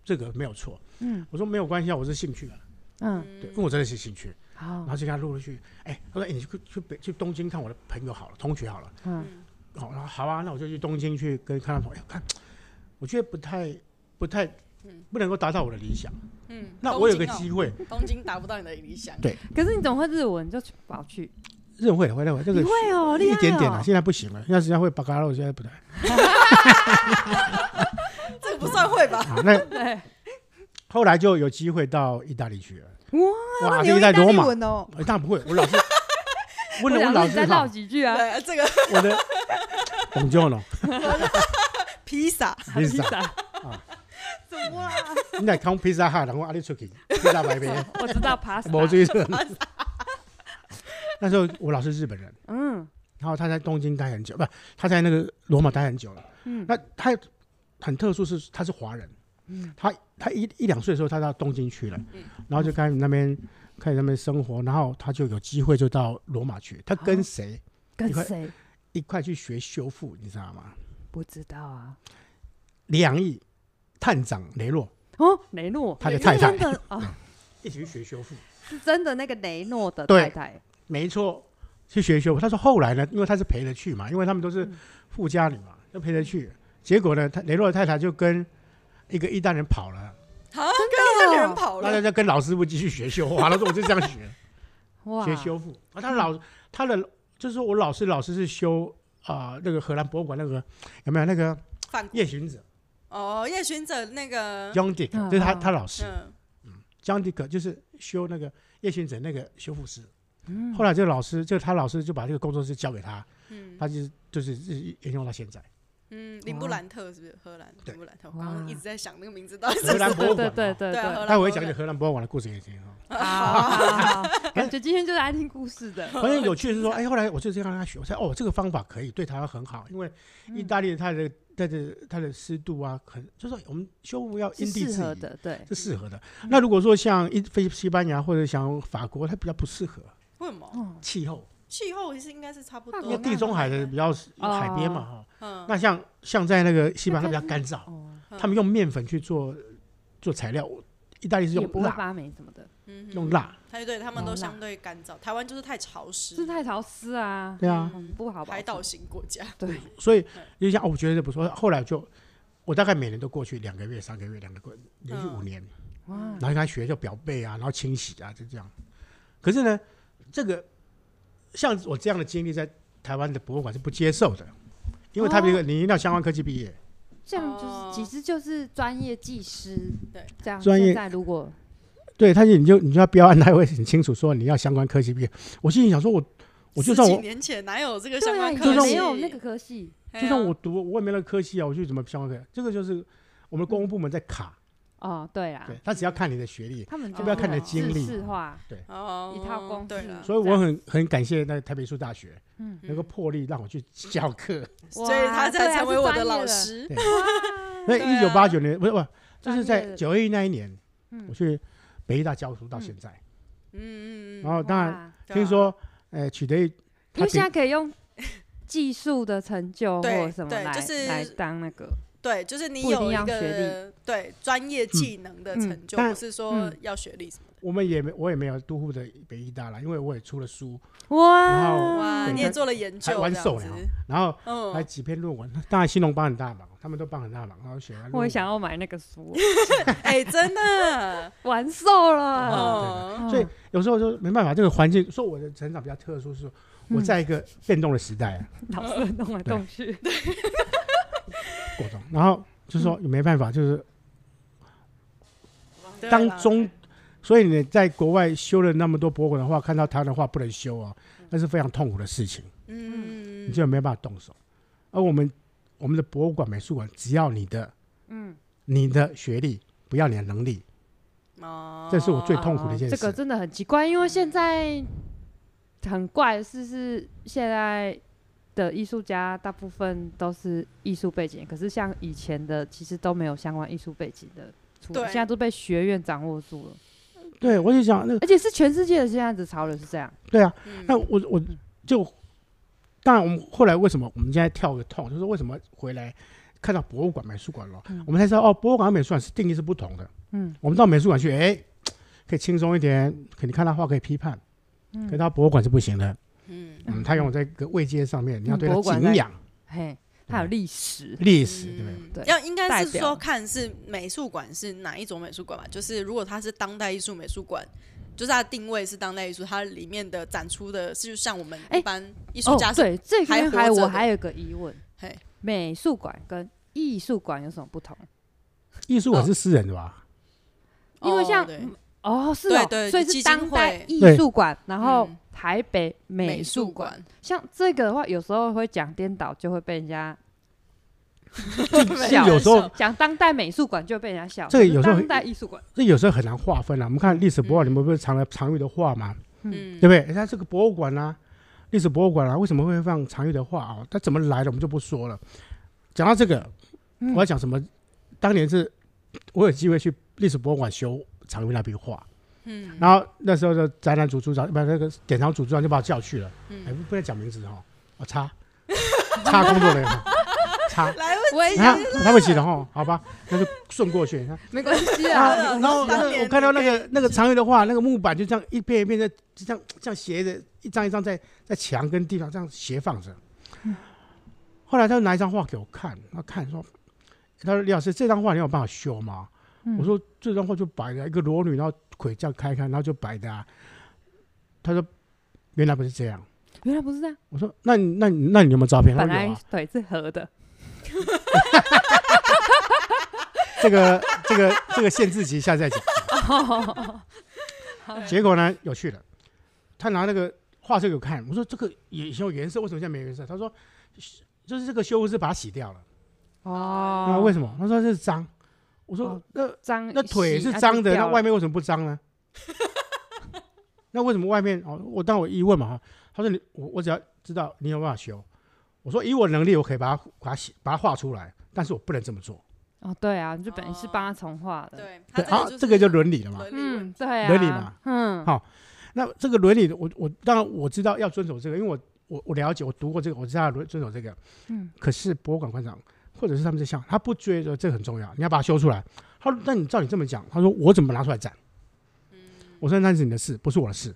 Speaker 3: 这个没有错，
Speaker 2: 嗯
Speaker 3: 我说没有关系啊，我是兴趣啊，
Speaker 2: 嗯，
Speaker 1: 嗯
Speaker 3: 对，因为我真的是兴趣，
Speaker 2: 好
Speaker 3: 然，后就跟他陆陆续，哎、他说、哎你去去北去东京看我的朋友好了，同学好了。
Speaker 2: 嗯
Speaker 3: 好、然后好啊，那我就去东京去跟看他朋友哎看，我觉得不太不太
Speaker 1: 嗯，
Speaker 3: 不能够达到我的理想。
Speaker 1: 嗯，
Speaker 3: 那
Speaker 1: 东
Speaker 3: 我有
Speaker 1: 京
Speaker 3: 个
Speaker 1: 哦
Speaker 3: 机会，
Speaker 1: 东京达不到你的理想，
Speaker 2: 可是你总会日文，就去跑去，
Speaker 3: 认会会认会这个
Speaker 2: 你会哦，厉
Speaker 3: 一
Speaker 2: 害
Speaker 3: 点点啊，
Speaker 2: 哦，
Speaker 3: 现在不行了，现在实际上会巴嘎肉，现在不太
Speaker 1: 这个不算会吧？
Speaker 3: 好。那
Speaker 2: 对，
Speaker 3: 后来就有机会到意大利去了。
Speaker 2: 哇
Speaker 3: 哇，
Speaker 2: 那你
Speaker 3: 这个
Speaker 2: 会
Speaker 3: 在
Speaker 2: 意大
Speaker 3: 罗
Speaker 2: 利
Speaker 3: 马，
Speaker 2: 文哦，
Speaker 3: 哎当然不会，我老师问
Speaker 2: 我
Speaker 3: 了问
Speaker 2: 想说
Speaker 3: 老
Speaker 2: 你
Speaker 3: 师
Speaker 2: 再
Speaker 3: 好
Speaker 2: 唠，几句 啊，
Speaker 1: 对，这个
Speaker 3: 我的 懂 就了，
Speaker 1: 披萨，
Speaker 3: 披萨，
Speaker 4: 怎么啦？
Speaker 3: 你来看披萨哈，然后阿里出去，披萨白白，
Speaker 2: 我知道 pasta，
Speaker 3: 没 追着。那时候我老师日本人。
Speaker 2: 嗯
Speaker 3: 然后他在东京待很久，不，他在那个罗马待很久了。
Speaker 2: 嗯
Speaker 3: 那他很特殊是，他是华人。
Speaker 2: 嗯
Speaker 3: 他他一一两岁的时候，他到东京去了，
Speaker 1: 嗯
Speaker 3: 然后就开始那边开始那边生活，然后他就有机会就到罗马去。他
Speaker 2: 哦
Speaker 3: 跟谁、
Speaker 4: 跟
Speaker 3: 你会
Speaker 4: 谁？
Speaker 3: 一块去学修复，你知道吗？
Speaker 2: 不知道啊，
Speaker 3: 李昂义探长雷诺
Speaker 2: 哦，雷诺，
Speaker 3: 他的太太
Speaker 2: 是真的啊，
Speaker 3: 一起去学修复，
Speaker 2: 是真的那个雷诺的
Speaker 3: 对
Speaker 2: 太太，
Speaker 3: 没错，去学修复。他说后来呢，因为他是陪着去嘛，因为他们都是
Speaker 2: 嗯
Speaker 3: 富家女嘛，就陪着去。结果呢，他雷诺的太太就跟一个意大利人跑了。
Speaker 1: 啊，跟意大利人跑
Speaker 3: 哦那
Speaker 1: 了，
Speaker 3: 他就跟老师傅继续学修花了，说我就这样学
Speaker 2: 哇，嗯
Speaker 3: 学修复。啊，他老他的就是说我老师老师是修啊、那个荷兰博物馆那个有没有那个
Speaker 1: 反骨
Speaker 3: 夜巡者
Speaker 1: 哦，叶巡者那个，
Speaker 3: John Dick，、
Speaker 2: 嗯
Speaker 3: 就是他
Speaker 2: 嗯
Speaker 3: 他老师、
Speaker 1: 嗯
Speaker 3: John Dick 就是修那个夜巡者那个修复师。
Speaker 2: 嗯
Speaker 3: 后来这个老师就他老师就把这个工作室交给他，
Speaker 1: 嗯
Speaker 3: 他就是就是一直沿用到现在。
Speaker 1: 嗯，林布兰特是不是荷兰？
Speaker 3: 哦对
Speaker 1: 林布兰特，我
Speaker 2: 哇
Speaker 1: 刚刚一直在想那个名字到 底是
Speaker 3: 荷兰博物
Speaker 2: 对
Speaker 3: 馆
Speaker 2: 对
Speaker 3: 嘛。
Speaker 2: 对嗯对
Speaker 1: 对啊，荷
Speaker 2: 对，
Speaker 1: 兰
Speaker 3: 待会
Speaker 1: 博
Speaker 3: 会
Speaker 1: 物
Speaker 3: 讲
Speaker 1: 馆
Speaker 3: 一个荷兰博物馆的故事给你听啊。
Speaker 2: 好，好 好感觉今天就是爱听故事的，
Speaker 3: 反正有趣的是说，哎，后来我就这样让他学，我才哦，这个方法可以对台湾很好，因为
Speaker 2: 嗯
Speaker 3: 意大利它的它的它的湿度啊，很就是我们修复要
Speaker 2: 是
Speaker 3: 因地制
Speaker 2: 适合
Speaker 3: 宜，
Speaker 2: 的，嗯对，
Speaker 3: 是适合的。那如果说像一非西班牙或者像法国，它比较不适合
Speaker 1: 为什么？
Speaker 2: 哦，
Speaker 3: 气候，
Speaker 1: 气候是应该是差不多，
Speaker 2: 那
Speaker 3: 因为地中海的比较
Speaker 2: 哦
Speaker 3: 海边嘛哈。
Speaker 1: 嗯，
Speaker 3: 那像像在那个西班牙它比较干燥，
Speaker 2: 哦，
Speaker 1: 嗯
Speaker 3: 他们用面粉去做做材料，意大利是
Speaker 2: 也
Speaker 3: 用
Speaker 2: 不会
Speaker 3: 蜡，
Speaker 2: 发霉什么的，
Speaker 1: 嗯
Speaker 3: 用，蜡，
Speaker 1: 他对他们都
Speaker 2: 哦辣
Speaker 1: 相对干燥，台湾就是太潮湿，
Speaker 2: 是太潮湿啊，
Speaker 3: 对啊。
Speaker 1: 嗯
Speaker 2: 嗯不好吧？
Speaker 1: 海岛型国家，
Speaker 2: 对，
Speaker 3: 所以就像哦我觉得这不错。后来就我大概每年都过去两个月、三个月、两个月，连续
Speaker 1: 嗯
Speaker 3: 五年，
Speaker 2: 哇，
Speaker 3: 然后他学就表背啊，然后清洗啊，就这样。可是呢，这个像我这样的经历，在台湾的博物馆是不接受的，因为他
Speaker 1: 哦
Speaker 3: 这个你一定要相关科技毕业，
Speaker 2: 这样就是其实就是专业技师，
Speaker 1: 对，
Speaker 2: 这样
Speaker 3: 专业
Speaker 2: 现在如果
Speaker 3: 对，他就你就你就要标案，他会很清楚说你要相关科技毕业。我心里想说我，我就算
Speaker 1: 十几
Speaker 3: 我
Speaker 1: 年前哪有这个相
Speaker 2: 对啊，
Speaker 1: 关
Speaker 2: 也
Speaker 1: 科技，
Speaker 2: 没有那个科系，
Speaker 1: 嘿啊，
Speaker 3: 就算我读我也没那个科系啊，我去怎么相关科技？这个就是我们公务部门在卡，
Speaker 2: 哦，对
Speaker 1: 嗯
Speaker 2: 啦，
Speaker 3: 对他只要看你的学历，
Speaker 2: 他们
Speaker 1: 要不要看你的
Speaker 3: 经历
Speaker 2: 市化，
Speaker 1: 哦
Speaker 2: 一套公式
Speaker 1: 对了，
Speaker 3: 所以我很很感谢那个台北艺术大学
Speaker 2: 嗯，
Speaker 3: 能够破例让我去教课。
Speaker 1: 所以他才成为我的老
Speaker 2: 啊
Speaker 1: 师，
Speaker 3: 对
Speaker 2: 哇
Speaker 3: 那
Speaker 1: 对啊
Speaker 3: 一九八九年不是不是，就
Speaker 2: 专业
Speaker 3: 是在
Speaker 2: 的
Speaker 3: 九二一那一年，
Speaker 2: 嗯
Speaker 3: 我去北医大教书到现在。
Speaker 1: 嗯嗯嗯，
Speaker 3: 然后哦当然
Speaker 2: 哇
Speaker 1: 对啊
Speaker 3: 听说，呃，取得
Speaker 2: 因
Speaker 3: 他
Speaker 2: 为现
Speaker 3: 顶
Speaker 2: 在可以用技术的成就或
Speaker 1: 对
Speaker 2: 者什么
Speaker 1: 对
Speaker 2: 来
Speaker 1: 就是
Speaker 2: 来当那个，
Speaker 1: 对，就是你
Speaker 2: 不一定
Speaker 1: 有一
Speaker 2: 要学
Speaker 1: 个对专业技能的成就，
Speaker 3: 嗯
Speaker 1: 不是说
Speaker 2: 嗯
Speaker 1: 要学历什么的。
Speaker 3: 我们也没我也没有都护的北医大啦，因为我也出了书，然后
Speaker 4: 哇
Speaker 1: 哇，
Speaker 3: 嗯对
Speaker 1: 你也做了研究，
Speaker 3: 还玩手
Speaker 1: 这样子
Speaker 3: 然后还
Speaker 1: 嗯，
Speaker 3: 几篇论文，当然新农帮很大忙，他们都帮很大忙，然后写啊完论文
Speaker 2: 我也想要买那个书，
Speaker 1: 哎，真 的，
Speaker 2: 完售
Speaker 3: 啊
Speaker 2: 了。嗯
Speaker 1: 哦，
Speaker 3: 所以有时候就没办法，这个环境说我的成长比较特殊，是说我在一个变动的时代、啊，
Speaker 2: 老师弄来动去，
Speaker 3: 过程，然后就是说没办法，就是
Speaker 1: 对
Speaker 3: 当
Speaker 1: 啦
Speaker 3: 中，所以你在国外修了那么多博物馆的话，看到它的话不能修啊，那是非常痛苦的事情，
Speaker 1: 嗯
Speaker 3: 你，就没办法动手。而我们我们的博物馆、美术馆，只要你的
Speaker 2: 嗯，
Speaker 3: 你的学历，不要你的能力，
Speaker 1: 哦，
Speaker 3: 这是我最痛苦的一件事
Speaker 2: 这个真的很奇怪，因为现在很怪的是，是现在的艺术家大部分都是艺术背景，可是像以前的其实都没有相关艺术背景的出来，
Speaker 1: 对
Speaker 2: 现在都被学院掌握住了，
Speaker 3: 对我就想那个
Speaker 2: 而且是全世界的现在的潮流是这样。
Speaker 3: 对啊，
Speaker 1: 嗯
Speaker 3: 那我我就，当然我们后来为什么我们现在跳个痛，就是为什么回来看到博物馆、美术馆了，我们才知道哦，博物馆、美术馆是定义是不同的。
Speaker 2: 嗯，
Speaker 3: 我们到美术馆去，哎，可以轻松一点，可你看到画可以批判，
Speaker 2: 嗯
Speaker 3: 可到博物馆是不行的。
Speaker 1: 嗯，
Speaker 3: 嗯，它用在一个位阶上面，你
Speaker 2: 嗯
Speaker 3: 要对
Speaker 2: 博
Speaker 3: 它
Speaker 2: 物馆
Speaker 3: 敬
Speaker 2: 在
Speaker 3: 仰
Speaker 2: 嘿，还有历史，
Speaker 3: 历史，对不对？
Speaker 1: 嗯
Speaker 2: 对
Speaker 1: 要应该是
Speaker 2: 代
Speaker 1: 说
Speaker 2: 表
Speaker 1: 看是美术馆是哪一种美术馆吧。就是如果它是当代艺术美术馆，就是它的定位是当代艺术，它里面的展出的是就像我们一
Speaker 2: 哎
Speaker 1: 般艺术
Speaker 2: 哦
Speaker 1: 家，是
Speaker 2: 对，这
Speaker 1: 还
Speaker 2: 边
Speaker 1: 活
Speaker 2: 还有
Speaker 1: 着
Speaker 2: 我
Speaker 1: 的
Speaker 2: 还有一个疑问
Speaker 1: 嘿，
Speaker 2: 美术馆跟艺术馆有什么不同？
Speaker 3: 艺术馆是私人的吧？
Speaker 2: 因为像
Speaker 1: 哦对
Speaker 2: 嗯哦，是
Speaker 1: 对
Speaker 2: 哦，
Speaker 1: 对
Speaker 2: 所以
Speaker 1: 基金
Speaker 2: 是当代
Speaker 1: 会
Speaker 2: 艺
Speaker 3: 对
Speaker 2: 术馆，然后
Speaker 1: 嗯
Speaker 2: 台北美术馆。
Speaker 1: 馆，
Speaker 2: 像这个的话，有时候会讲颠倒，就会被人家
Speaker 3: 这
Speaker 2: 笑。
Speaker 3: 有时候
Speaker 2: 讲当代美术馆就会被人家笑，
Speaker 3: 这个
Speaker 2: 可是
Speaker 3: 有时候
Speaker 2: 当代艺术馆，
Speaker 3: 这有时候很难划分啊。我们看历史博物
Speaker 1: 嗯
Speaker 3: 馆，你们不是藏了常玉的画吗？
Speaker 1: 嗯，
Speaker 3: 对不对？人家这个博物馆啊，历史博物馆啊，为什么会放常玉的画啊？它怎么来的，我们就不说了。讲到这个，
Speaker 2: 嗯
Speaker 3: 我要讲什么？当年是我有机会去历史博物馆修常玉那笔画，
Speaker 1: 嗯，
Speaker 3: 然后那时候的展览组组长，把那个典藏组组长就把我叫去了，
Speaker 1: 嗯
Speaker 3: 哎，不不能讲名字哈，我擦擦工作人员，擦。
Speaker 1: 来我
Speaker 2: 我也
Speaker 3: 啊，他们写的哈，好吧，那就顺过去。
Speaker 2: 没关系
Speaker 3: 啊，
Speaker 2: 啊。
Speaker 3: 然后那
Speaker 1: 当
Speaker 3: 个
Speaker 1: 年
Speaker 3: 我看到那个那个长鱼的画，那个木板就这样一片一片的，就这样这样斜着一张一张在在墙跟地上这样斜放着。后来他就拿一张画给我看，他看说，他说李老师这张画你有办法修吗？
Speaker 2: 嗯
Speaker 3: 我说这张画就摆的一个裸女，然后腿这样开开，然后就摆的、啊。他说原来不是这样。
Speaker 2: 原来不是这样，
Speaker 3: 我说那你那你那你有没有照片？他
Speaker 2: 本
Speaker 3: 说有
Speaker 2: 来
Speaker 3: 啊。
Speaker 2: 腿是合的，
Speaker 3: 这个这个这个限制级下 次再讲。结果呢，有趣了，他拿那个画册给我看，我说这个也以前有颜色，为什么现在没颜色？他说就是这个修复师把它洗掉了。
Speaker 2: 哦
Speaker 3: 那、为什么？他说这是脏。我说、
Speaker 2: 哦
Speaker 3: 那
Speaker 2: 脏
Speaker 3: 那腿是
Speaker 2: 洗啊
Speaker 3: 脏的，
Speaker 2: 就掉
Speaker 3: 那
Speaker 2: 了
Speaker 3: 外面为什么不脏呢？那为什么外面哦？我当我一问嘛哈，他说你我我只要知道你有办法修，我说以我能力我可以把它把它洗把它画出来，但是我不能这么做。
Speaker 2: 哦，对啊，你就本来是帮他重画的，
Speaker 1: 对，
Speaker 3: 对，
Speaker 1: 它
Speaker 3: 啊，
Speaker 1: 这
Speaker 3: 这个就是伦理了嘛。
Speaker 1: 伦理问
Speaker 2: 嗯，对啊，
Speaker 3: 伦理嘛，
Speaker 2: 嗯，
Speaker 3: 好那这个伦理的，我我当然我知道要遵守这个，因为我我我了解，我读过这个，我知道要遵遵守这个。
Speaker 2: 嗯，
Speaker 3: 可是博物馆馆长或者是他们在想，他不觉得这个很重要，你要把它修出来。他说：“那你照你这么讲，他说我怎么拿出来展？”
Speaker 2: 嗯
Speaker 3: 我说：“那是你的事，不是我的事。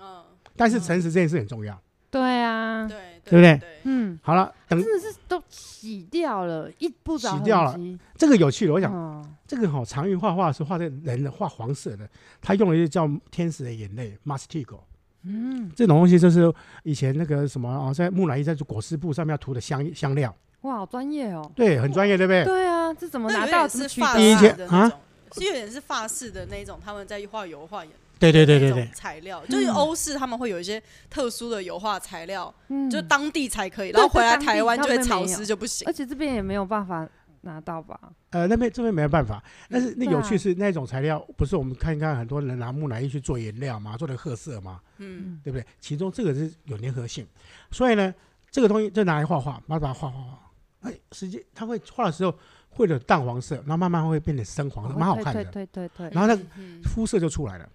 Speaker 1: 嗯，
Speaker 3: 但是诚实这件事很重要。
Speaker 2: 对啊，
Speaker 1: 对，
Speaker 3: 对不对
Speaker 1: 对？
Speaker 2: 嗯，
Speaker 3: 好了，等
Speaker 2: 真的是都洗掉了，一不着
Speaker 3: 洗掉了
Speaker 2: 痕迹
Speaker 3: 这个有趣了。我想，
Speaker 2: 嗯
Speaker 3: 这个哈、常玉画画是画的人的，画黄色的，他用了一个叫“天使的眼泪 ”（mastigo）。
Speaker 2: 嗯，
Speaker 3: 这种东西就是以前那个什么啊，在木乃伊在做裹尸布上面要涂的香香料，
Speaker 2: 哇，好专业哦。
Speaker 3: 对，很专业，对不对？
Speaker 2: 对啊，这怎么
Speaker 1: 那
Speaker 2: 拿
Speaker 1: 有
Speaker 2: 到
Speaker 1: 点
Speaker 2: 怎么
Speaker 1: 是
Speaker 2: 取
Speaker 1: 法
Speaker 3: 第一
Speaker 1: 式
Speaker 3: 件
Speaker 2: 得？
Speaker 1: 的
Speaker 3: 啊
Speaker 1: 那种，是有点是法式的那一种，他们在画油画也
Speaker 3: 对对对对
Speaker 1: 那
Speaker 3: 对
Speaker 1: 种。材料，就是欧式他们会有一些特殊的油画材料，
Speaker 2: 嗯
Speaker 1: 就当地才可以，
Speaker 2: 对
Speaker 1: 然后回来
Speaker 2: 在当地
Speaker 1: 台湾就会
Speaker 2: 他们
Speaker 1: 潮
Speaker 2: 没有呃
Speaker 1: 湿就不行
Speaker 2: 而。且这边也没有办法拿到吧？
Speaker 3: 呃，那边这边没办法，但是那
Speaker 2: 对
Speaker 3: 有
Speaker 2: 啊
Speaker 3: 趣是那种材料，不是我们看一看很多人拿木乃伊去做颜料嘛，做的褐色嘛，
Speaker 1: 嗯，
Speaker 3: 对不对？其中这个是有粘合性，所以呢，这个东西就拿来画画，慢慢把它画画画，哎，时间它会画的时候会有淡黄色，然后慢慢会变成深黄哦色，蛮好看
Speaker 2: 哦对
Speaker 3: 的，
Speaker 2: 对对对对，
Speaker 3: 然后那
Speaker 1: 嗯
Speaker 3: 肤色就出来了。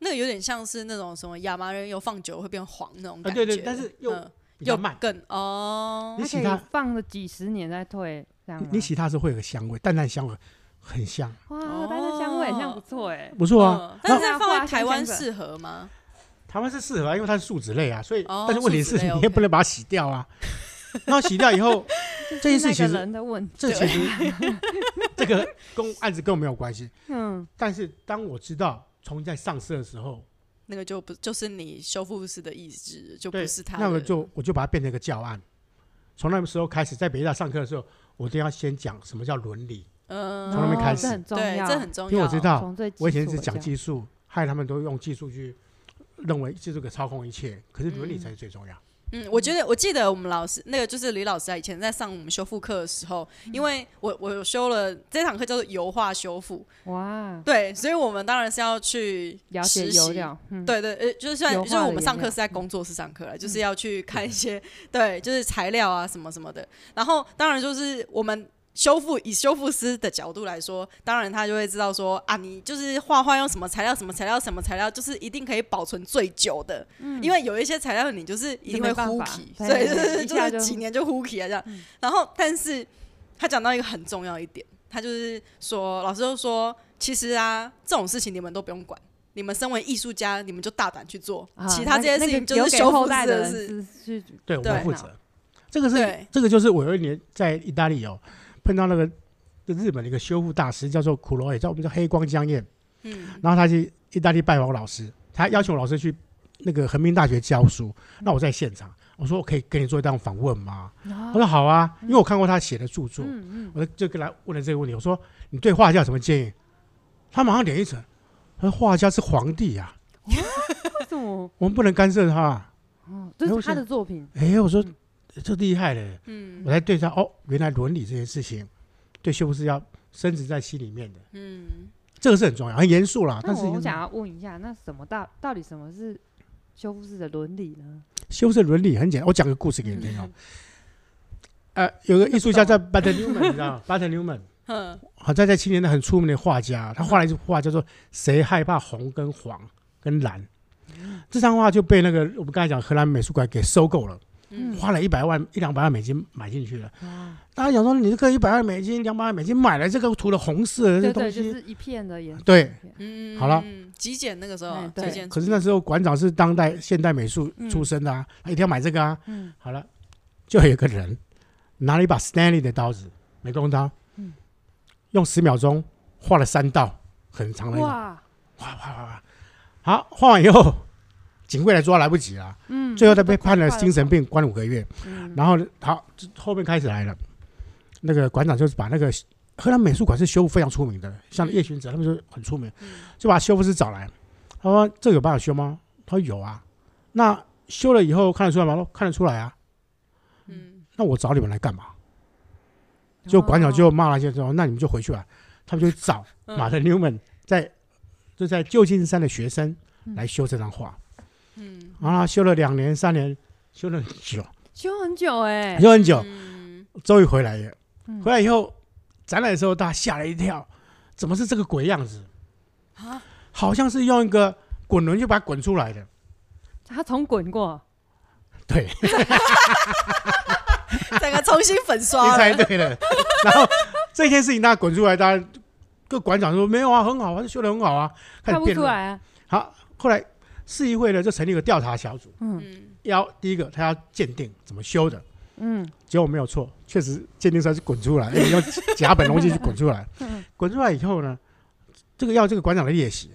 Speaker 1: 那个有点像是那种什么亚麻仁油放久了会变黄那种
Speaker 3: 啊，
Speaker 1: 感觉，
Speaker 3: 对对，但是又
Speaker 1: 嗯
Speaker 3: 比较
Speaker 1: 又
Speaker 3: 慢，
Speaker 1: 更哦
Speaker 3: 你
Speaker 2: 它
Speaker 3: 洗
Speaker 2: 可
Speaker 3: 它
Speaker 2: 以，啊放了几十年再退，这样
Speaker 3: 你
Speaker 2: 吗
Speaker 3: 你洗它是会有个香味，淡淡香味，很香。
Speaker 2: 哇，它的香尾像不错哎、
Speaker 3: 不错啊。
Speaker 1: 嗯但是
Speaker 2: 那
Speaker 1: 它放
Speaker 2: 画
Speaker 1: 在台湾
Speaker 2: 香香
Speaker 1: 适合吗？
Speaker 3: 台湾是适合啊，因为它是树脂类啊，所以、
Speaker 1: 哦
Speaker 3: 但是问题
Speaker 1: 树
Speaker 3: 是
Speaker 1: 脂类
Speaker 3: 你
Speaker 1: OK
Speaker 3: 也不能把它洗掉 啊。然后洗掉以后，这件事
Speaker 2: 那
Speaker 3: 其
Speaker 2: 个
Speaker 3: 实
Speaker 2: 人的问题，
Speaker 3: 这其实 这个跟案子跟我没有关系。
Speaker 2: 嗯，
Speaker 3: 但是当我知道重新再上市的时候，
Speaker 1: 那个就不就是你修复师的意志，就
Speaker 3: 对
Speaker 1: 不是他的。
Speaker 3: 那个就我就把它变成一个教案。从那个时候开始，在北大上课的时候，我都要先讲什么叫伦理，
Speaker 1: 嗯，
Speaker 3: 从那边开
Speaker 2: 哦
Speaker 3: 始
Speaker 2: 这很重
Speaker 1: 对，
Speaker 2: 要，
Speaker 1: 这很哦重要。
Speaker 3: 因为我知道
Speaker 2: 从最基础
Speaker 3: 我以前只
Speaker 2: 的
Speaker 3: 讲
Speaker 2: 教
Speaker 3: 技术，害他们都用技术去认为技术可操控一切，可是伦理才是最重要。
Speaker 1: 嗯，我觉得我记得我们老师那个就是李老师啊，以前在上我们修复课的时候，
Speaker 2: 嗯
Speaker 1: 因为我我有修了这堂课叫做油画修复，
Speaker 2: 哇，
Speaker 1: 对，所以我们当然是要去
Speaker 2: 了解
Speaker 1: 实
Speaker 2: 油
Speaker 1: 习。
Speaker 2: 料，嗯，
Speaker 1: 对对，呃，就是算
Speaker 2: 油画
Speaker 1: 就是我们
Speaker 2: 的
Speaker 1: 上课
Speaker 2: 原料嗯
Speaker 1: 是在工作室上课了，就是要去看一些对，就是材料啊什么什么的。然后当然就是我们修复以修复师的角度来说，当然他就会知道说啊，你就是画画用什么材料，什么材料，什么材料，就是一定可以保存最久的，因为有一些材料你就是一定会
Speaker 2: 嗯就没办
Speaker 1: 呼
Speaker 2: 法
Speaker 1: 起，
Speaker 2: 对
Speaker 1: 所以
Speaker 2: 对
Speaker 1: 就
Speaker 2: 对
Speaker 1: 是
Speaker 2: 一下
Speaker 1: 就
Speaker 2: 就是嗯
Speaker 1: 几年就呼起啊这样。然后但是他讲到一个很重要一点，他就是说老师就说，其实啊这种事情你们都不用管。你们身为艺术家，你们就大胆去做，
Speaker 2: 啊
Speaker 1: 其他这些事
Speaker 2: 那那
Speaker 1: 情
Speaker 2: 个
Speaker 1: 就
Speaker 2: 留
Speaker 1: 是
Speaker 2: 给
Speaker 1: 修复
Speaker 2: 后
Speaker 1: 师
Speaker 2: 代的
Speaker 1: 的
Speaker 2: 人
Speaker 1: 事。
Speaker 2: 是去
Speaker 3: 对，我们
Speaker 1: 对
Speaker 3: 负责。这个是
Speaker 1: 对
Speaker 3: 这个就是我有一年在意大利有碰到那个日本的一个修复大师，叫做苦罗也，叫我们叫黑光江彦。
Speaker 1: 嗯，
Speaker 3: 然后他去意大利拜访我老师，他要求我老师去那个横滨大学教书。那我在现场，我说我可以跟你做一段访问吗？
Speaker 2: 啊
Speaker 3: 他说好啊，因为我看过他写的著作，
Speaker 2: 嗯嗯，
Speaker 3: 我就跟他问了这个问题，我说你对画家有什么建议？他马上脸一沉，他说画家是皇帝啊，
Speaker 2: 为什么？
Speaker 3: 我们不能干涉他、啊。
Speaker 2: 哦，
Speaker 3: 哎
Speaker 2: 这
Speaker 3: 我
Speaker 2: 是他
Speaker 3: 想
Speaker 2: 的作品，
Speaker 3: 哎，我说
Speaker 2: 嗯
Speaker 3: 这厉害了，嗯，我才对他哦，原来伦理这件事情对修复是要深植在心里面的，嗯，这个是很重要，很严肃啦，
Speaker 2: 那
Speaker 3: 但是
Speaker 2: 我我想要问一下，那什么到到底什么是修复式的伦理呢？
Speaker 3: 修饰伦理很简单，我讲个故事给你听哦。
Speaker 2: 嗯
Speaker 3: 呃，有个艺术家叫 b u t t e r Newman，你知道吗 b u t t e r Newman，
Speaker 1: 嗯
Speaker 3: 好在在青年代很出名的画家，他画了一幅画叫做《谁害怕红跟黄跟蓝》，
Speaker 2: 嗯
Speaker 3: 这张画就被那个我们刚才讲荷兰美术馆给收购了，
Speaker 1: 嗯
Speaker 3: 花了一百万一两百万美金买进去了。
Speaker 2: 啊，
Speaker 3: 大家想说，你这个一百万美金、两百万美金买了这个涂了红色的
Speaker 2: 对
Speaker 3: 这东
Speaker 2: 对，
Speaker 3: 西，
Speaker 2: 就是一片的颜色，
Speaker 3: 对
Speaker 2: 一片
Speaker 1: 嗯
Speaker 3: 好了，
Speaker 1: 嗯极简那个时候啊
Speaker 2: 哎，
Speaker 1: 极
Speaker 2: 对
Speaker 1: 简主
Speaker 3: 可
Speaker 1: 义。
Speaker 3: 是那时候馆长是当代现代美术出身的啊，他一定要买这个啊。
Speaker 2: 嗯
Speaker 3: 好了，就有一个人拿了一把 Stanley 的刀子，美工刀，
Speaker 2: 嗯
Speaker 3: 用十秒钟画了三道很长的一种，
Speaker 2: 哇，
Speaker 3: 画画画画。好，画完以后，警卫来抓来不及了，
Speaker 2: 嗯，
Speaker 3: 最后他被判了
Speaker 2: 都快
Speaker 3: 精神病，关了五个月。
Speaker 2: 嗯
Speaker 3: 然后呢好，这后面开始来了，那个馆长就是把那个荷兰美术馆是修复非常出名的，像叶巡哲他们就很出名，
Speaker 1: 嗯
Speaker 3: 就把修复师找来，他说这个有办法修吗？他说有啊，那修了以后看得出来吗？他说看得出来啊，
Speaker 1: 嗯，
Speaker 3: 那我找你们来干嘛？就馆
Speaker 2: 哦
Speaker 3: 长就骂了一些说，那你们就回去吧。他们就找
Speaker 1: 哦嗯
Speaker 3: 马特纽曼在就在旧金山的学生来修这张画，
Speaker 1: 嗯，
Speaker 3: 然后他修了两年三年，修了很久，
Speaker 2: 修很久哎，
Speaker 3: 修很久，
Speaker 1: 嗯
Speaker 3: 终于回来了
Speaker 2: 嗯。
Speaker 3: 回来以后，展览的时候大家吓了一跳，怎么是这个鬼样子？
Speaker 1: 啊，
Speaker 3: 好像是用一个滚轮就把它滚出来的。
Speaker 2: 他重滚过，
Speaker 3: 对，
Speaker 1: 整个重新粉
Speaker 2: 哦
Speaker 3: 你
Speaker 1: 刷了。
Speaker 3: 猜对了。 然后这件事情，它滚出来，当然各馆长说没有啊，很好啊，修的很好啊，开
Speaker 2: 看
Speaker 3: 始
Speaker 2: 不
Speaker 3: 辩
Speaker 2: 出
Speaker 3: 论。
Speaker 2: 来啊，
Speaker 3: 好，后来市议会呢就成立一个调查小组，
Speaker 2: 嗯
Speaker 1: 嗯，
Speaker 3: 要第一个他要鉴定怎么修的，
Speaker 2: 嗯，
Speaker 3: 结果没有错，确实鉴定出来是滚出来，因为用甲本东西去滚出 来。
Speaker 2: 嗯
Speaker 3: 滚出来以后呢，这个要这个馆长的列席，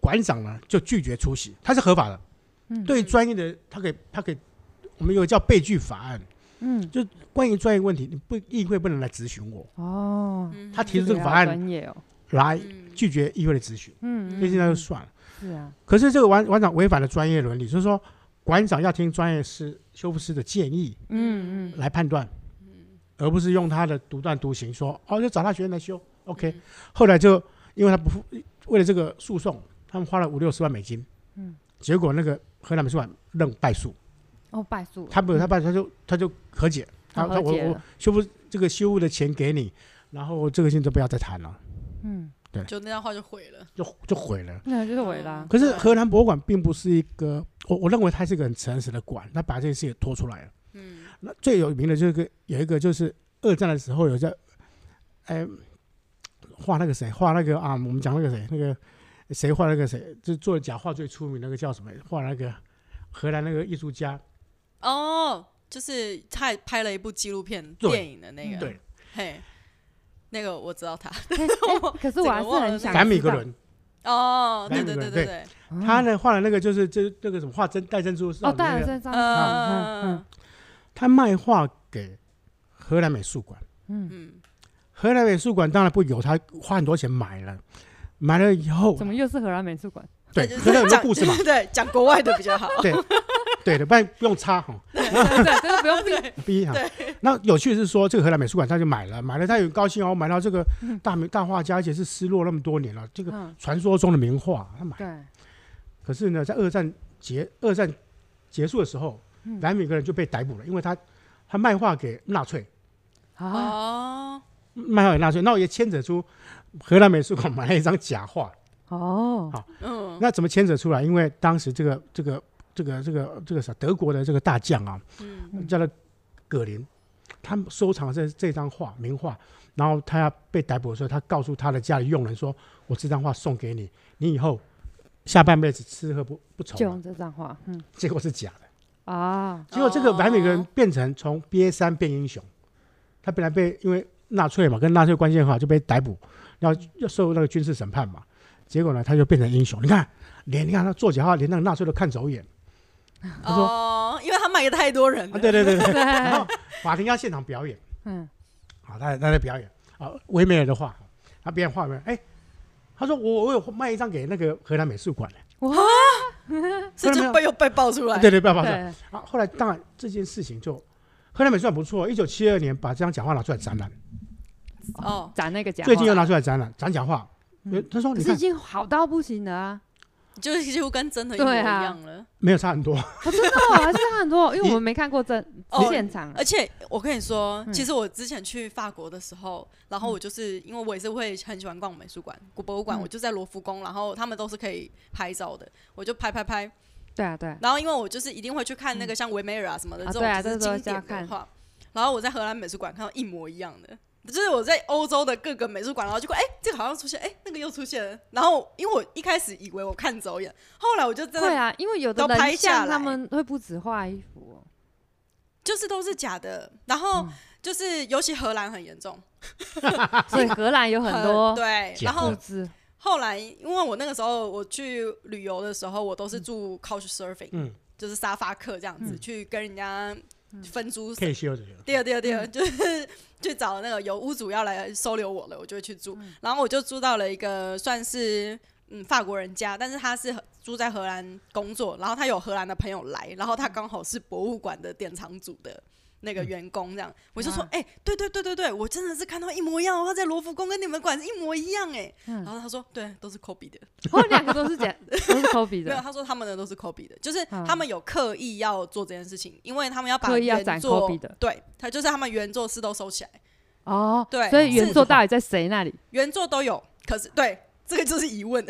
Speaker 3: 馆长呢就拒绝出席，他是合法的。
Speaker 2: 嗯
Speaker 3: 对于专业的，他可以，他可以，我们有个叫被拒法案，
Speaker 2: 嗯，
Speaker 3: 关于专业问题，你不议会不能来咨询我，
Speaker 2: 哦，
Speaker 1: 嗯
Speaker 3: 他提出这个
Speaker 2: 要
Speaker 3: 法案
Speaker 2: 专业哦，
Speaker 3: 来
Speaker 1: 嗯
Speaker 3: 拒绝议会的咨询，
Speaker 2: 嗯，
Speaker 3: 所以现在就算了。
Speaker 2: 是啊，
Speaker 3: 可是这个馆馆长违反了专业伦理，就是说馆长要听专业师修复师的建议，
Speaker 2: 嗯嗯，
Speaker 3: 来判断，而不是用他的独断独行说哦，就找他学生来修。OK，、
Speaker 1: 嗯
Speaker 3: 后来就因为他不付，为了这个诉讼，他们花了五六十万美金。
Speaker 2: 嗯，
Speaker 3: 结果那个河南美术馆认败诉，
Speaker 2: 哦，败诉，
Speaker 3: 他不他败诉，他就他就和解，他
Speaker 2: 哦
Speaker 3: 他
Speaker 2: 和
Speaker 3: 我
Speaker 2: 解
Speaker 3: 我
Speaker 2: 了
Speaker 3: 修复这个修复的钱给你，然后这个事情就不要再谈了，
Speaker 2: 嗯，
Speaker 1: 就那张画就毁了。
Speaker 3: 就就毁了。
Speaker 2: 那就是伟啦，
Speaker 3: 可是
Speaker 1: 对
Speaker 3: 河南博物馆并不是一个，我我认为它是一个很诚实的馆，它把这件事情拖出来了。
Speaker 1: 嗯
Speaker 3: 那最有名的就是个有一个就是二战的时候有在，哎，画那个谁，画那个啊，我们讲那个谁，那个谁画那个谁，就是做假画最出名那个叫什么？画那个荷兰那个艺术家，
Speaker 1: 哦，就是他也拍了一部纪录片
Speaker 3: 对
Speaker 1: 电影的那个，
Speaker 3: 对，
Speaker 1: 嘿，那个我知道他。
Speaker 2: 哎 可是我还是很想知道
Speaker 3: 达米格伦，
Speaker 1: 哦，对对
Speaker 3: 莱
Speaker 1: 对
Speaker 3: 姆
Speaker 1: 对
Speaker 3: 哎对
Speaker 1: 对，
Speaker 2: 嗯
Speaker 3: 他呢画的那个就是就是那个什么画珍戴珍珠少
Speaker 2: 哦，
Speaker 3: 女那
Speaker 2: 戴
Speaker 3: 个
Speaker 2: 尔森张
Speaker 1: 嗯
Speaker 2: 嗯
Speaker 1: 嗯
Speaker 3: 他卖画给荷兰美术馆，
Speaker 2: 嗯
Speaker 1: 嗯，
Speaker 3: 荷兰美术馆当然不有，他花很多钱买了，买了以后
Speaker 2: 嗯，，怎么又是荷兰美术 馆？
Speaker 3: 对，
Speaker 1: 那就
Speaker 3: 荷兰有个
Speaker 1: 讲，
Speaker 3: 故 事嘛
Speaker 1: 对，讲国外的比较好。
Speaker 3: 对的，不然不用插哈。
Speaker 2: 对对，真的不用避。
Speaker 3: B 哈，那有趣的是说，这个荷兰美术馆他就买了，买了他也很高兴哦，买到这个大名大画家，而且是失落那么多年了，这个
Speaker 2: 嗯，
Speaker 3: 传说中的名画，他买。
Speaker 2: 对，啊
Speaker 3: 可是呢，在二战结二战结束的时候，
Speaker 2: 嗯
Speaker 3: 莱米格人就被逮捕了，因为他他卖画给纳粹，
Speaker 2: 啊，
Speaker 1: 哦，
Speaker 3: 卖画给纳粹，那我也牵扯出荷兰美术馆买了一张假画，
Speaker 2: 哦，
Speaker 1: 嗯，
Speaker 3: 那怎么牵扯出来？因为当时这个这个这个这个这个啥德国的这个大将啊，
Speaker 1: 嗯
Speaker 3: 叫做葛林，他收藏这这张画名画，然后他要被逮捕的时候，他告诉他的家里佣人说：“我这张画送给你，你以后下半辈子吃喝不不愁
Speaker 2: 就
Speaker 3: 了。
Speaker 2: 用这张画，嗯”
Speaker 3: 结果是假的，
Speaker 2: 啊，
Speaker 3: 结果这个
Speaker 1: 哦
Speaker 3: 莱美格人变成从瘪三变英雄，他本来被因为纳粹嘛，跟纳粹关系很好，就被逮捕，要要受那个军事审判嘛。结果呢，他就变成英雄。你看，连你看他作假话，连那个纳粹都看走眼。他说
Speaker 1: 哦，因为他卖给太多人
Speaker 3: 啊，
Speaker 1: 了。
Speaker 3: 对对对 对。然
Speaker 2: 对
Speaker 3: 后，法庭要现场表演，
Speaker 2: 嗯，
Speaker 3: 啊，他他在表演啊，维梅尔的画，他表演画面，哎，他说我我有卖一张给那个荷兰美术馆的，
Speaker 2: 哇，
Speaker 1: 是就被又被爆出来。
Speaker 3: 对对，不要抱歉。
Speaker 2: 对，
Speaker 3: 啊，后来当然这件事情就荷兰美术馆不错，一九七二年把这张假画拿出来展览，
Speaker 1: 哦，
Speaker 2: 展那个假画，
Speaker 3: 最近又拿出来展览展假画，
Speaker 2: 嗯
Speaker 3: 呃他说
Speaker 2: 可
Speaker 3: 你
Speaker 2: 是已
Speaker 3: 看
Speaker 2: 经好到不行了啊！
Speaker 1: 就是几乎跟真的一模一
Speaker 2: 对啊
Speaker 1: 样了。
Speaker 3: 没有差很多，
Speaker 2: 我哦真的我还是差很多，因为
Speaker 3: 你
Speaker 2: 我们没看过 真
Speaker 1: 哦
Speaker 2: 现场啊，
Speaker 1: 而且我跟你说，
Speaker 2: 嗯
Speaker 1: 其实我之前去法国的时候，然
Speaker 3: 嗯
Speaker 1: 后我就是因为我也是会很喜欢逛美术馆、古博物馆，
Speaker 2: 嗯
Speaker 1: 我就在罗浮宫，然后他们都是可以拍照的，我就拍拍拍。
Speaker 2: 对啊，对啊，
Speaker 1: 然后因为我就是一定会去看那个像维梅尔啊什么的
Speaker 2: 啊
Speaker 1: 这种
Speaker 2: 对啊
Speaker 1: 就是
Speaker 2: 这都
Speaker 1: 经
Speaker 2: 是
Speaker 1: 典
Speaker 2: 要看
Speaker 1: 的画，然后我在荷兰美术馆看到一模一样的。就是我在欧洲的各个美术馆，然后就会哎、这个好像出现，哎、那个又出现了。然后因为我一开始以为我看走眼，后来我就真
Speaker 2: 对
Speaker 1: 的
Speaker 2: 啊，因为有的
Speaker 1: 都拍
Speaker 2: 人
Speaker 1: 下
Speaker 2: 像他
Speaker 1: 来
Speaker 2: 们会不止画衣服哦，
Speaker 1: 就是都是假的。然
Speaker 2: 嗯
Speaker 1: 后就是尤其荷兰很严重，
Speaker 2: 所以荷兰有很
Speaker 1: 啊很
Speaker 2: 多
Speaker 1: 对，
Speaker 3: 假
Speaker 1: 然后
Speaker 2: 物资，
Speaker 1: 后来，因为我那个时候我去旅游的时候，我都
Speaker 2: 嗯
Speaker 1: 是住 couch surfing，、
Speaker 3: 嗯，
Speaker 1: 就是沙发客这样子、去跟人家
Speaker 2: 嗯
Speaker 1: 分租。
Speaker 3: 可以修的。
Speaker 1: 第二，第二，第二，就是 去找那个有屋主要来收留我了，我就会去住。
Speaker 2: 嗯
Speaker 1: 然后我就住到了一个算是嗯法国人家，但是他是住在荷兰工作，然后他有荷兰的朋友来，然后
Speaker 2: 嗯
Speaker 1: 他刚好是博物馆的典藏组的。那个员工这样，我就说，
Speaker 2: 嗯
Speaker 1: 哎、对对对对对，我真的是看到一模一样哦，他在罗浮宫跟你们馆是一模一样哎、
Speaker 2: 嗯
Speaker 1: 然后他说，对，都是 copy 的，
Speaker 2: 哦，两个都是假，都是 Kobe
Speaker 1: 没有，
Speaker 2: 的，
Speaker 1: 他说他们的都是 copy 的，就是
Speaker 2: 嗯
Speaker 1: 他们有刻意要做这件事情，因为他们要把
Speaker 2: 刻意要
Speaker 1: 原
Speaker 2: 展
Speaker 1: 作
Speaker 2: copy 的
Speaker 1: 对，他就是他们原作是都收起来，
Speaker 2: 哦，
Speaker 1: 对
Speaker 2: 所以
Speaker 1: 是
Speaker 2: 原作到底在谁那 里？
Speaker 1: 原作都有，可是对这个就是疑 问，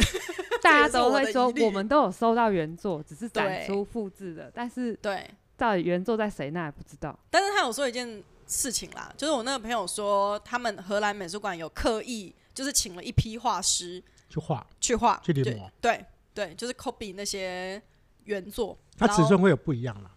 Speaker 2: 大
Speaker 1: 也
Speaker 2: 家
Speaker 1: 是
Speaker 2: 都
Speaker 1: 我的
Speaker 2: 会说
Speaker 1: 疑虑
Speaker 2: 我们都有收到原作，只是展
Speaker 1: 对
Speaker 2: 出复制的，但是
Speaker 1: 对。
Speaker 2: 到底原作在谁那里不知道。
Speaker 1: 但是他有说一件事情啦，就是我那个朋友说，他们荷兰美术馆有刻意就是请了一批画师
Speaker 3: 去画
Speaker 1: 去画，
Speaker 3: 去临
Speaker 1: 对
Speaker 3: 摹，
Speaker 1: 对对，就是 copy 那些原作，
Speaker 3: 它
Speaker 1: 然
Speaker 3: 尺
Speaker 1: 后
Speaker 3: 寸会有不一样了。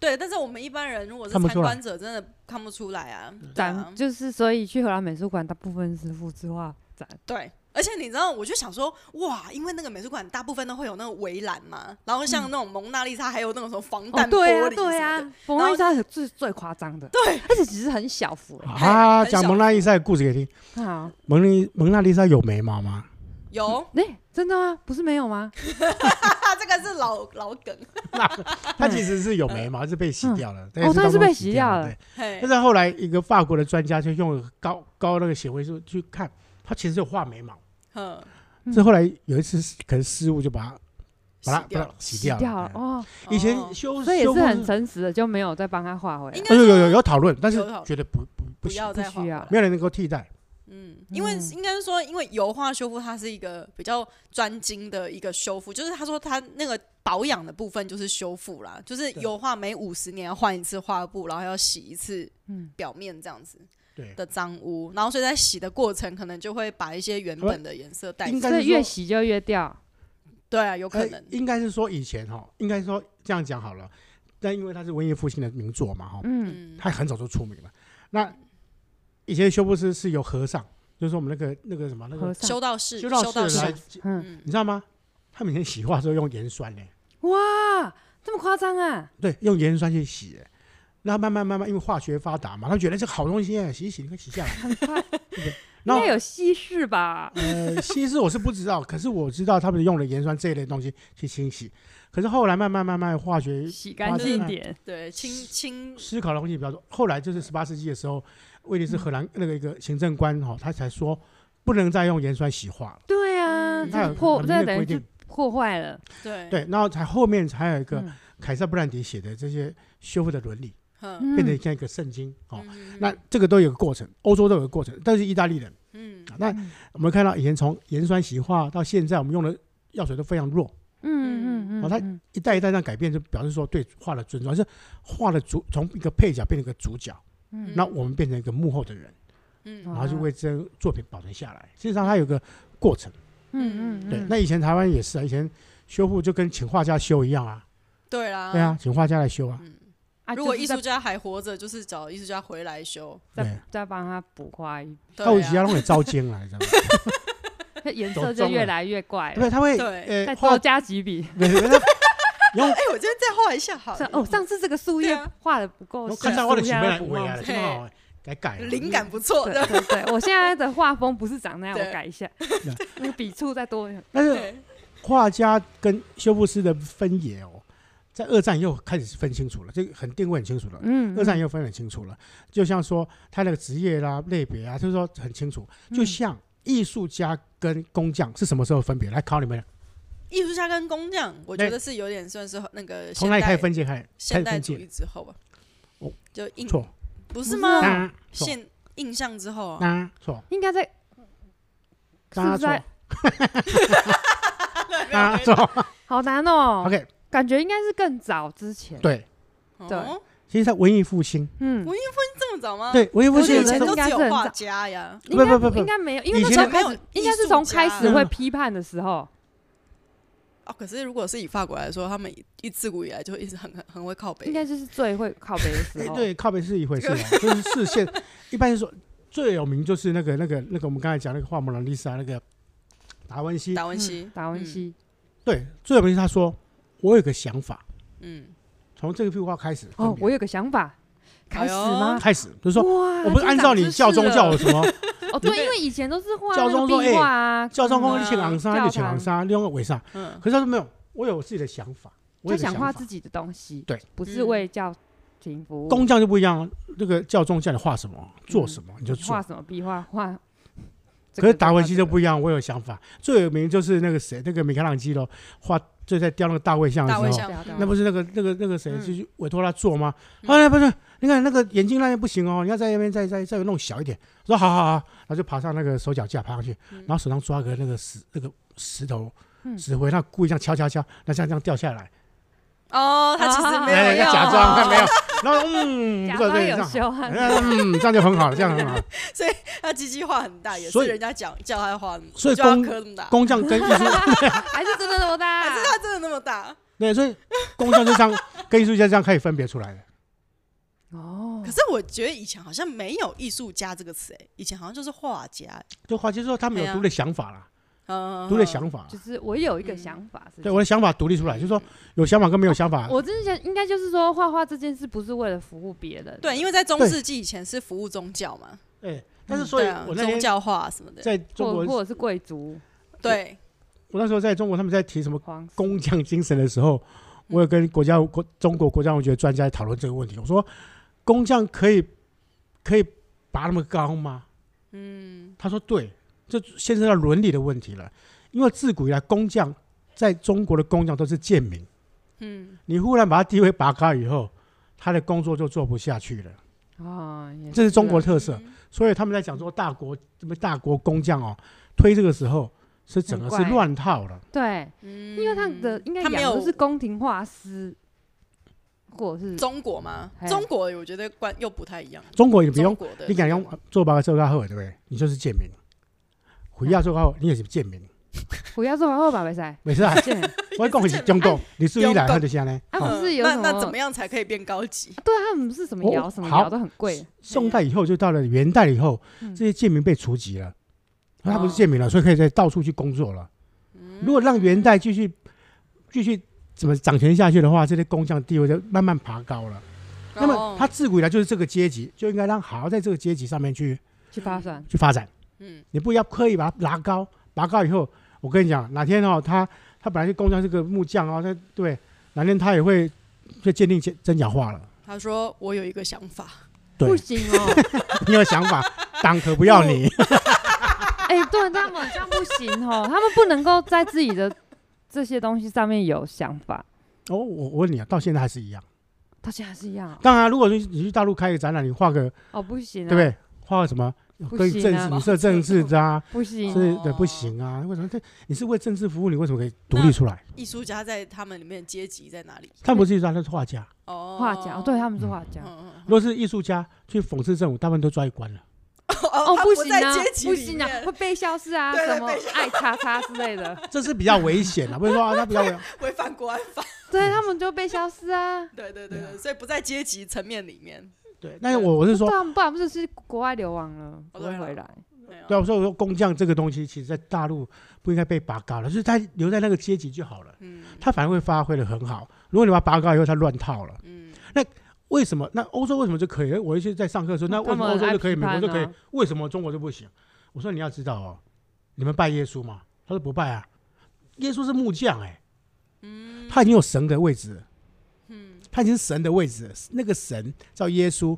Speaker 1: 对，但是我们一般人如果是
Speaker 3: 看不
Speaker 1: 参
Speaker 3: 出来
Speaker 1: 观者，真的看不出来啊，
Speaker 2: 嗯
Speaker 1: 对啊
Speaker 2: 展就是，所以去荷兰美术馆，大部分是复制画展。
Speaker 1: 对，而且你知道，我就想说，哇，因为那个美术馆大部分都会有那个围栏嘛，然后像那种蒙娜丽莎，还有那种什么防弹玻璃、
Speaker 2: 对啊，对啊，蒙娜
Speaker 1: 然后
Speaker 2: 丽莎是最最夸张的，对，而且其实很小幅欸。
Speaker 3: 啊，
Speaker 1: 很小
Speaker 3: 讲蒙娜丽莎的故事给你听。
Speaker 2: 好，
Speaker 3: 蒙丽蒙娜丽莎有眉毛吗？
Speaker 1: 有
Speaker 2: 那真的吗？不是没有吗？
Speaker 1: 啊，这个是老老梗，
Speaker 3: 她其实是有眉毛，是被洗掉了。对
Speaker 2: 哎哦她
Speaker 3: 当
Speaker 2: 是
Speaker 3: 中
Speaker 2: 被洗
Speaker 3: 掉
Speaker 2: 掉
Speaker 3: 了。
Speaker 2: 了
Speaker 3: 对
Speaker 1: 嘿
Speaker 3: 但，是后来一个法国的专家就用高高那个显微镜去看，他其实有画眉毛，
Speaker 1: 嗯，
Speaker 2: 嗯
Speaker 3: 是后来有一次可能失误就把它把它
Speaker 1: 洗
Speaker 3: 把
Speaker 1: 掉
Speaker 3: 它
Speaker 1: 了，
Speaker 3: 洗
Speaker 2: 洗
Speaker 3: 掉
Speaker 2: 掉了
Speaker 3: 了。
Speaker 2: 哦，
Speaker 3: 哎以前
Speaker 1: 哦
Speaker 3: 修
Speaker 2: 所以也
Speaker 3: 修
Speaker 2: 是
Speaker 3: 复
Speaker 2: 很诚实的，就没有再帮他画回来
Speaker 1: 应。
Speaker 3: 哎
Speaker 1: 该
Speaker 3: 有
Speaker 1: 说
Speaker 3: 有有讨论，但是
Speaker 1: 有讨论
Speaker 3: 觉得不不
Speaker 1: 不
Speaker 3: 行
Speaker 1: 要再
Speaker 2: 不需
Speaker 1: 画
Speaker 2: 要
Speaker 1: 了
Speaker 3: 没有人能够替代。
Speaker 1: 嗯，因为应该是说，因为油画修复它是一个比较专精的一个修复，就是他说他那个保养的部分就是修复啦，就是
Speaker 3: 对
Speaker 1: 油画每五十年要换一次画布，然后要洗一次
Speaker 2: 嗯
Speaker 1: 表面这样子
Speaker 3: 对，
Speaker 1: 的脏污，然后所以在洗的过程可能就会把一些原本的颜色带
Speaker 3: 应
Speaker 1: 走。
Speaker 3: 该
Speaker 2: 所
Speaker 3: 是
Speaker 2: 以越
Speaker 3: 说
Speaker 2: 洗就越掉。
Speaker 1: 对啊，有可
Speaker 3: 呃
Speaker 1: 能。
Speaker 3: 应该是说以前哈，应该说这样讲好了。但因为它是文艺复兴的名作嘛哈，
Speaker 2: 嗯，
Speaker 1: 嗯，
Speaker 3: 它很早就出名了。那以前修布斯是有和尚，就是我们那个那个什么那
Speaker 2: 嗯和
Speaker 3: 个
Speaker 2: 尚
Speaker 1: 修道士，
Speaker 3: 嗯修
Speaker 1: 道
Speaker 3: 士来
Speaker 1: 士，，
Speaker 2: 嗯，
Speaker 1: 嗯
Speaker 3: 你知道吗？他们以前洗画的时候用盐酸呢、
Speaker 2: 哇，这么夸张啊！
Speaker 3: 对，用盐酸去洗、欸。那慢慢慢慢，因为化学发达嘛，他觉得这个好东西、欸，洗一洗，你快洗下来。
Speaker 2: 应
Speaker 3: 然后
Speaker 2: 该有稀释吧？
Speaker 3: 呃，稀释我是不知道，可是我知道他们用了盐酸这一类东西去清洗。可是后来慢慢慢慢化学
Speaker 2: 洗干净一点，
Speaker 1: 对，清清
Speaker 3: 思考的东西比较多。后来就是十八世纪的时候，威尼斯荷兰那个一个行政官哈、哦，他才说不能再用盐酸洗画了，
Speaker 2: 对啊，
Speaker 1: 嗯
Speaker 2: 这
Speaker 3: 他有
Speaker 2: 样破，
Speaker 3: 明
Speaker 2: 这样
Speaker 3: 确
Speaker 2: 等于
Speaker 3: 规
Speaker 2: 就
Speaker 3: 定。
Speaker 2: 破坏了。
Speaker 1: 对，
Speaker 3: 对，然后才后面才有一个
Speaker 2: 嗯
Speaker 3: 凯撒布兰迪写的这些修复的伦理，
Speaker 1: 嗯，
Speaker 2: 嗯
Speaker 3: 变成像一个圣经哦。
Speaker 1: 嗯
Speaker 3: 那这个都有个过程，欧洲都有个过程，但是意大利人，
Speaker 1: 嗯
Speaker 3: 啊那我们看到以前从盐酸洗化到现在，我们用的药水都非常弱，
Speaker 2: 嗯嗯嗯，
Speaker 3: 哦它
Speaker 2: 嗯
Speaker 3: 一代一代这样改变，就表示说对画的尊重，而是画的主从一个配角变成一个主角，
Speaker 2: 嗯
Speaker 3: 那我们变成一个幕后的人。
Speaker 1: 嗯
Speaker 2: 哦
Speaker 3: 然后就
Speaker 2: 啊
Speaker 3: 为这些作品保存下来。事实上，它有个过程。
Speaker 2: 嗯嗯，
Speaker 3: 对，
Speaker 2: 嗯
Speaker 3: 那以前台湾也是啊，以前修复就跟请画家修一样啊，
Speaker 1: 对啦，
Speaker 3: 对啊，，请画家来修啊，
Speaker 1: 嗯，
Speaker 2: 啊
Speaker 1: 如果
Speaker 2: 就是
Speaker 1: 艺术
Speaker 2: 再
Speaker 1: 家还活着，就是找艺术家回来修。
Speaker 3: 对
Speaker 2: 再再帮他补画 一，
Speaker 1: 嗯对
Speaker 3: 那我其他
Speaker 1: 啊，
Speaker 3: 都给招奸了，你知道吗？
Speaker 2: 那颜
Speaker 3: 走
Speaker 2: 色就
Speaker 3: 中
Speaker 2: 越
Speaker 3: 了
Speaker 2: 来越怪了
Speaker 3: 对，。他 会
Speaker 1: 对
Speaker 3: 呃
Speaker 2: 再
Speaker 3: 画
Speaker 2: 多，加几笔。
Speaker 3: 对对对，用
Speaker 1: 哎，我今天再画一下好
Speaker 2: 上
Speaker 1: 了，
Speaker 2: 哦，上次这个树
Speaker 1: 对
Speaker 2: 叶
Speaker 1: 啊
Speaker 2: 画的不够
Speaker 3: 用
Speaker 2: 细，
Speaker 3: 看到我的
Speaker 2: 树叶
Speaker 3: 行为来
Speaker 2: 要补
Speaker 3: 回
Speaker 2: 吗
Speaker 3: 来了，
Speaker 1: 对
Speaker 3: 真好，改改啊
Speaker 1: 灵感不 错
Speaker 2: 对
Speaker 1: 的。
Speaker 2: 对对，我现在的画风不是长那样，
Speaker 1: 对
Speaker 2: 我改 一下，那个笔触再多一点。
Speaker 3: 但是
Speaker 1: 对，
Speaker 3: 画家跟修复师的分野哦，在二战又开始分清楚了，这个很定位很清楚了。
Speaker 2: 嗯
Speaker 3: 二战又分得很清楚了，就像说他那个职业啦、类别啊，就是说很清楚。
Speaker 1: 嗯
Speaker 3: 就像艺术家跟工匠是什么时候分别？来考你们，
Speaker 1: 艺术家跟工匠，我
Speaker 3: 对
Speaker 1: 觉得是有点算是那个
Speaker 3: 从
Speaker 1: 现
Speaker 3: 哪里开
Speaker 1: 代
Speaker 3: 始分界开始开
Speaker 1: 现
Speaker 3: 始
Speaker 1: 代
Speaker 3: 分
Speaker 1: 主
Speaker 3: 界
Speaker 1: 义？之后吧
Speaker 3: 哦，
Speaker 1: 就印
Speaker 3: 错，
Speaker 1: 不是
Speaker 2: 不是
Speaker 1: 吗？
Speaker 2: 啊
Speaker 3: 当错，
Speaker 1: 现印象之后啊，
Speaker 3: 当错，
Speaker 2: 应该在是不
Speaker 3: 当
Speaker 2: 是
Speaker 3: 错
Speaker 2: 在，
Speaker 1: 啊
Speaker 3: 当错。
Speaker 2: 好难哦，
Speaker 3: OK，
Speaker 2: 感觉应该是更早之前。
Speaker 3: 对，
Speaker 2: 对
Speaker 1: 哦，
Speaker 3: 其实在文艺复兴，
Speaker 2: 嗯，
Speaker 1: 我这么早吗？，
Speaker 3: 对文艺复
Speaker 1: 不
Speaker 2: 我
Speaker 1: 嗯是
Speaker 3: 兴
Speaker 1: 以
Speaker 2: 觉
Speaker 1: 前
Speaker 2: 得
Speaker 1: 都
Speaker 2: 应该
Speaker 1: 只
Speaker 2: 是
Speaker 1: 有
Speaker 2: 很
Speaker 1: 画
Speaker 2: 早
Speaker 1: 家呀，
Speaker 2: 应该
Speaker 3: 不不不不
Speaker 2: 应该没有，因
Speaker 3: 以
Speaker 2: 为那
Speaker 3: 前
Speaker 2: 时候
Speaker 1: 没
Speaker 2: 开
Speaker 1: 有
Speaker 2: 始应该
Speaker 1: 艺
Speaker 2: 是
Speaker 1: 术
Speaker 2: 从开
Speaker 1: 家
Speaker 2: 始会
Speaker 3: 嗯
Speaker 2: 批判的时候，
Speaker 1: 哦，可是如果是以法国来说，他们一自古以来就一直很很很会靠北，
Speaker 2: 应该就是最会靠北的 时
Speaker 3: 哎
Speaker 2: 候。嗯
Speaker 3: 对，靠北是一回事啊，就是视线。一般是说最有名就是那个那个那个我们刚才讲那个画蒙娜丽莎那个达文西，
Speaker 1: 达文
Speaker 2: 嗯
Speaker 1: 西，
Speaker 2: 达文
Speaker 1: 嗯，
Speaker 2: 西，
Speaker 3: 对，最有名是他说我有个想法，
Speaker 1: 嗯，
Speaker 3: 从这幅画开始分
Speaker 2: 哦，
Speaker 3: 别
Speaker 2: 我有个想法，开
Speaker 1: 哎
Speaker 2: 始吗？
Speaker 3: 开始就是说。
Speaker 2: 哇，
Speaker 3: 我不是按照你教宗教
Speaker 2: 教
Speaker 3: 我什 么
Speaker 2: 哦，对，因为以前都是画
Speaker 3: 教
Speaker 2: 那个
Speaker 3: 宗说
Speaker 2: 壁
Speaker 3: 哎
Speaker 2: 画啊，
Speaker 3: 教
Speaker 1: 嗯
Speaker 3: 宗公请昂
Speaker 2: 教
Speaker 3: 山就请昂
Speaker 2: 堂
Speaker 3: 山，利用尾上，
Speaker 1: 嗯，
Speaker 3: 可是他说没有，我有我自己的想法，我
Speaker 2: 他
Speaker 3: 有个
Speaker 2: 想
Speaker 3: 法
Speaker 2: 画。自己的东西，
Speaker 3: 对，
Speaker 2: 不是为
Speaker 1: 嗯
Speaker 2: 教廷服务。
Speaker 3: 工匠就不一样了，那个教宗叫你画什么做什么你就做
Speaker 2: 嗯画。什么壁画 画？这
Speaker 3: 可
Speaker 2: 个
Speaker 3: 是达文西就
Speaker 2: 画
Speaker 3: 不一样，我有想法。最有名就是那个谁，那个米开朗基罗画，就在雕那个大卫像的
Speaker 1: 大卫
Speaker 3: 时候，
Speaker 1: 像
Speaker 2: 对啊，
Speaker 3: 那
Speaker 1: 嗯
Speaker 3: 不是那个那个那个谁
Speaker 2: 嗯
Speaker 3: 就去委托他做吗？
Speaker 1: 嗯
Speaker 3: 啊，那不是，你看那个眼睛那边不行哦，你要在那边再再再弄小一点。我说好好好，然后就爬上那个手脚架爬上去，
Speaker 1: 嗯
Speaker 3: 然后手上抓个那个石那个石头
Speaker 2: 嗯
Speaker 3: 石灰，那故意这样敲敲敲，那这样这样掉下来。
Speaker 1: 哦，他其实没
Speaker 3: 哎，
Speaker 1: 有
Speaker 3: 要
Speaker 1: 要
Speaker 3: 假装他没有，然后嗯，
Speaker 2: 假
Speaker 3: 不错，
Speaker 2: 装
Speaker 3: 对，这
Speaker 2: 有
Speaker 3: 样好，
Speaker 2: 修啊，
Speaker 3: 嗯，这样就很好，这样很好。
Speaker 1: 他鸡鸡画很大，也是
Speaker 3: 所以
Speaker 1: 人家讲叫他画，
Speaker 3: 所以
Speaker 1: 就要
Speaker 3: 公
Speaker 1: 刻那么大，
Speaker 3: 工匠跟艺术，
Speaker 2: 还是真的那么大？啊
Speaker 1: 他真的那么大？
Speaker 3: 对，所以工匠就这样跟艺术家这样可以分别出来的。
Speaker 2: 哦
Speaker 1: 可，是我觉得以前好像没有艺术家这个词，哎，以前好像就是画家，哎
Speaker 3: 就话就是说他们
Speaker 1: 对
Speaker 3: 有
Speaker 1: 啊
Speaker 3: 独立的想法啦，
Speaker 1: 嗯，
Speaker 3: 独立的想法啦
Speaker 2: 就，是我有一个想法是，
Speaker 3: 对我的想法独立出来，就是说有想法跟没有想
Speaker 1: 哦
Speaker 3: 法，
Speaker 2: 我真的想应该就是说画画这件事不是为了服务别人，
Speaker 1: 对，因为在中世纪以前是服务宗教嘛，
Speaker 3: 对。但是所以
Speaker 1: 对啊，
Speaker 3: 我那
Speaker 1: 宗
Speaker 3: 天
Speaker 1: 教画什么的，
Speaker 3: 在中
Speaker 2: 或
Speaker 3: 国，
Speaker 2: 或者是贵族
Speaker 1: 对，
Speaker 3: 我那时候在中国，他们在提什么
Speaker 2: 皇室
Speaker 3: 工匠精神的时候，
Speaker 1: 嗯
Speaker 3: 我有跟国家国中国国家文学专家讨论这个问题，我说工匠可以可以拔那么高吗？
Speaker 1: 嗯，
Speaker 3: 他说对，这牵涉到伦理的问题了，因为自古以来工匠在中国的工匠都是贱民，
Speaker 1: 嗯，
Speaker 3: 你忽然把他地位拔高以后，他的工作就做不下去了，
Speaker 2: 啊，也
Speaker 3: 这是中国
Speaker 2: 啊
Speaker 3: 特色。
Speaker 1: 嗯
Speaker 3: 所以他们在讲说大国什么大国工匠哦，推这个时候是整个
Speaker 2: 很
Speaker 3: 是
Speaker 2: 怪
Speaker 3: 乱套了。
Speaker 2: 对，
Speaker 1: 嗯
Speaker 2: 因为他的应该
Speaker 1: 他没
Speaker 2: 养
Speaker 1: 有
Speaker 2: 都是宫廷画师，或者是
Speaker 1: 中国吗
Speaker 2: 嘿？
Speaker 1: 中国我觉得观又不太一样。
Speaker 3: 中国也不
Speaker 1: 中
Speaker 3: 用，
Speaker 1: 国的啊
Speaker 3: 你敢用做八个做到后尾对不对？你就是贱民，回亚做到后尾你也是贱民，
Speaker 2: 我要做完后吧，没赛。。
Speaker 3: 没事啊
Speaker 2: 见
Speaker 3: 我讲的是中共，你注意来喝就下呢。
Speaker 2: 啊，
Speaker 3: 哦
Speaker 1: 嗯
Speaker 2: 不是有
Speaker 1: 那
Speaker 2: 什么？
Speaker 1: 那怎么样才可以变高级？
Speaker 2: 对啊，他们是什么
Speaker 3: 哦
Speaker 2: 窑什么
Speaker 3: 好
Speaker 2: 窑都很贵，
Speaker 3: 宋代以后就到了元代以后，
Speaker 2: 嗯
Speaker 3: 这些贱民被除籍了，他不是
Speaker 1: 哦嗯
Speaker 3: 贱民了，所以可以在到处去工作了。如果让元代继续继续怎么掌权下去的话，这些工匠地位就慢慢爬高了。那么
Speaker 1: 哦
Speaker 3: 他自古以来就是这个阶级，就应该让好好在这个阶级上面去
Speaker 2: 去发算。
Speaker 3: 去发展。
Speaker 1: 嗯
Speaker 3: 你不要刻意把它拉高，拔高以后，我跟你讲，哪天哦，他他本来是工匠，是个木匠哦，他对，哪天他也会就鉴定真真假话了。
Speaker 1: 他说我有一个想法，
Speaker 3: 对
Speaker 2: 不行哦，
Speaker 3: 你有想法，党可不要你。
Speaker 2: 哎，对他们好像不行哦，他们不能够在自己的这些东西上面有想法，
Speaker 3: 哦，我我问你啊，到现在还是一样。
Speaker 2: 到现在还是一样哦
Speaker 3: 当然，如果你你去大陆开个展览，你画个
Speaker 2: 哦，不行啊，
Speaker 3: 对不对？画个什么
Speaker 2: 不
Speaker 3: 跟
Speaker 2: 行
Speaker 3: 政
Speaker 2: 啊
Speaker 3: 治、你是政治的啊，
Speaker 2: 不行
Speaker 1: 所以
Speaker 3: 是对不行啊？为什么这 你是为政治服务，你为什么可以独立出来？
Speaker 1: 艺术家在他们里面的阶级在哪里？
Speaker 3: 他不是艺术家，他是画家。
Speaker 1: 哦，
Speaker 2: 画家，哦对，他们是画家
Speaker 1: 嗯，嗯
Speaker 3: 如果是艺术家去讽刺政府，大部分都抓 一关了。
Speaker 1: 哦
Speaker 2: 哦
Speaker 1: 他
Speaker 2: 不
Speaker 1: 不
Speaker 2: 行
Speaker 1: 在
Speaker 2: 啊
Speaker 1: 阶，级
Speaker 2: 不
Speaker 1: 里
Speaker 2: 行啊，
Speaker 1: 面
Speaker 2: 会被消失啊，
Speaker 1: 对对
Speaker 2: 什么
Speaker 1: 被
Speaker 2: 爱叉叉之类的，
Speaker 3: 这是比较危险啊，不是 说啊，他比较危险。
Speaker 1: 违反国安法，
Speaker 2: 对他们就被消失啊。
Speaker 1: 对对对
Speaker 3: 对啊
Speaker 1: 对，所以不在阶级层面里面。
Speaker 3: 对，那我我是说
Speaker 2: 对，啊，不然不是去国外流亡了，
Speaker 1: 哦
Speaker 2: 不会
Speaker 1: 对了
Speaker 2: 回来。
Speaker 1: 没有
Speaker 3: 对啊，所以我说工匠这个东西，其实在大陆不应该被拔高了，就是他留在那个阶级就好了，
Speaker 1: 嗯
Speaker 3: 他反而会发挥的很好。如果你把他拔高以后，他乱套了，
Speaker 1: 嗯，
Speaker 3: 为什么？那欧洲为什么就可以？我一直在上课说，那为
Speaker 2: 哦他
Speaker 3: 什么欧
Speaker 2: 们
Speaker 3: 洲
Speaker 2: 爱
Speaker 3: 就可以，
Speaker 2: 批
Speaker 3: 美国
Speaker 2: 判
Speaker 3: 就可以
Speaker 2: 啊，
Speaker 3: 为什么中国就不行？我说你要知道哦，你们拜耶稣吗？他说不拜啊，耶稣是木匠哎、
Speaker 1: 嗯
Speaker 2: 嗯
Speaker 3: 他已经有神的位置，嗯，他已经是神的位置了，那个神叫耶稣，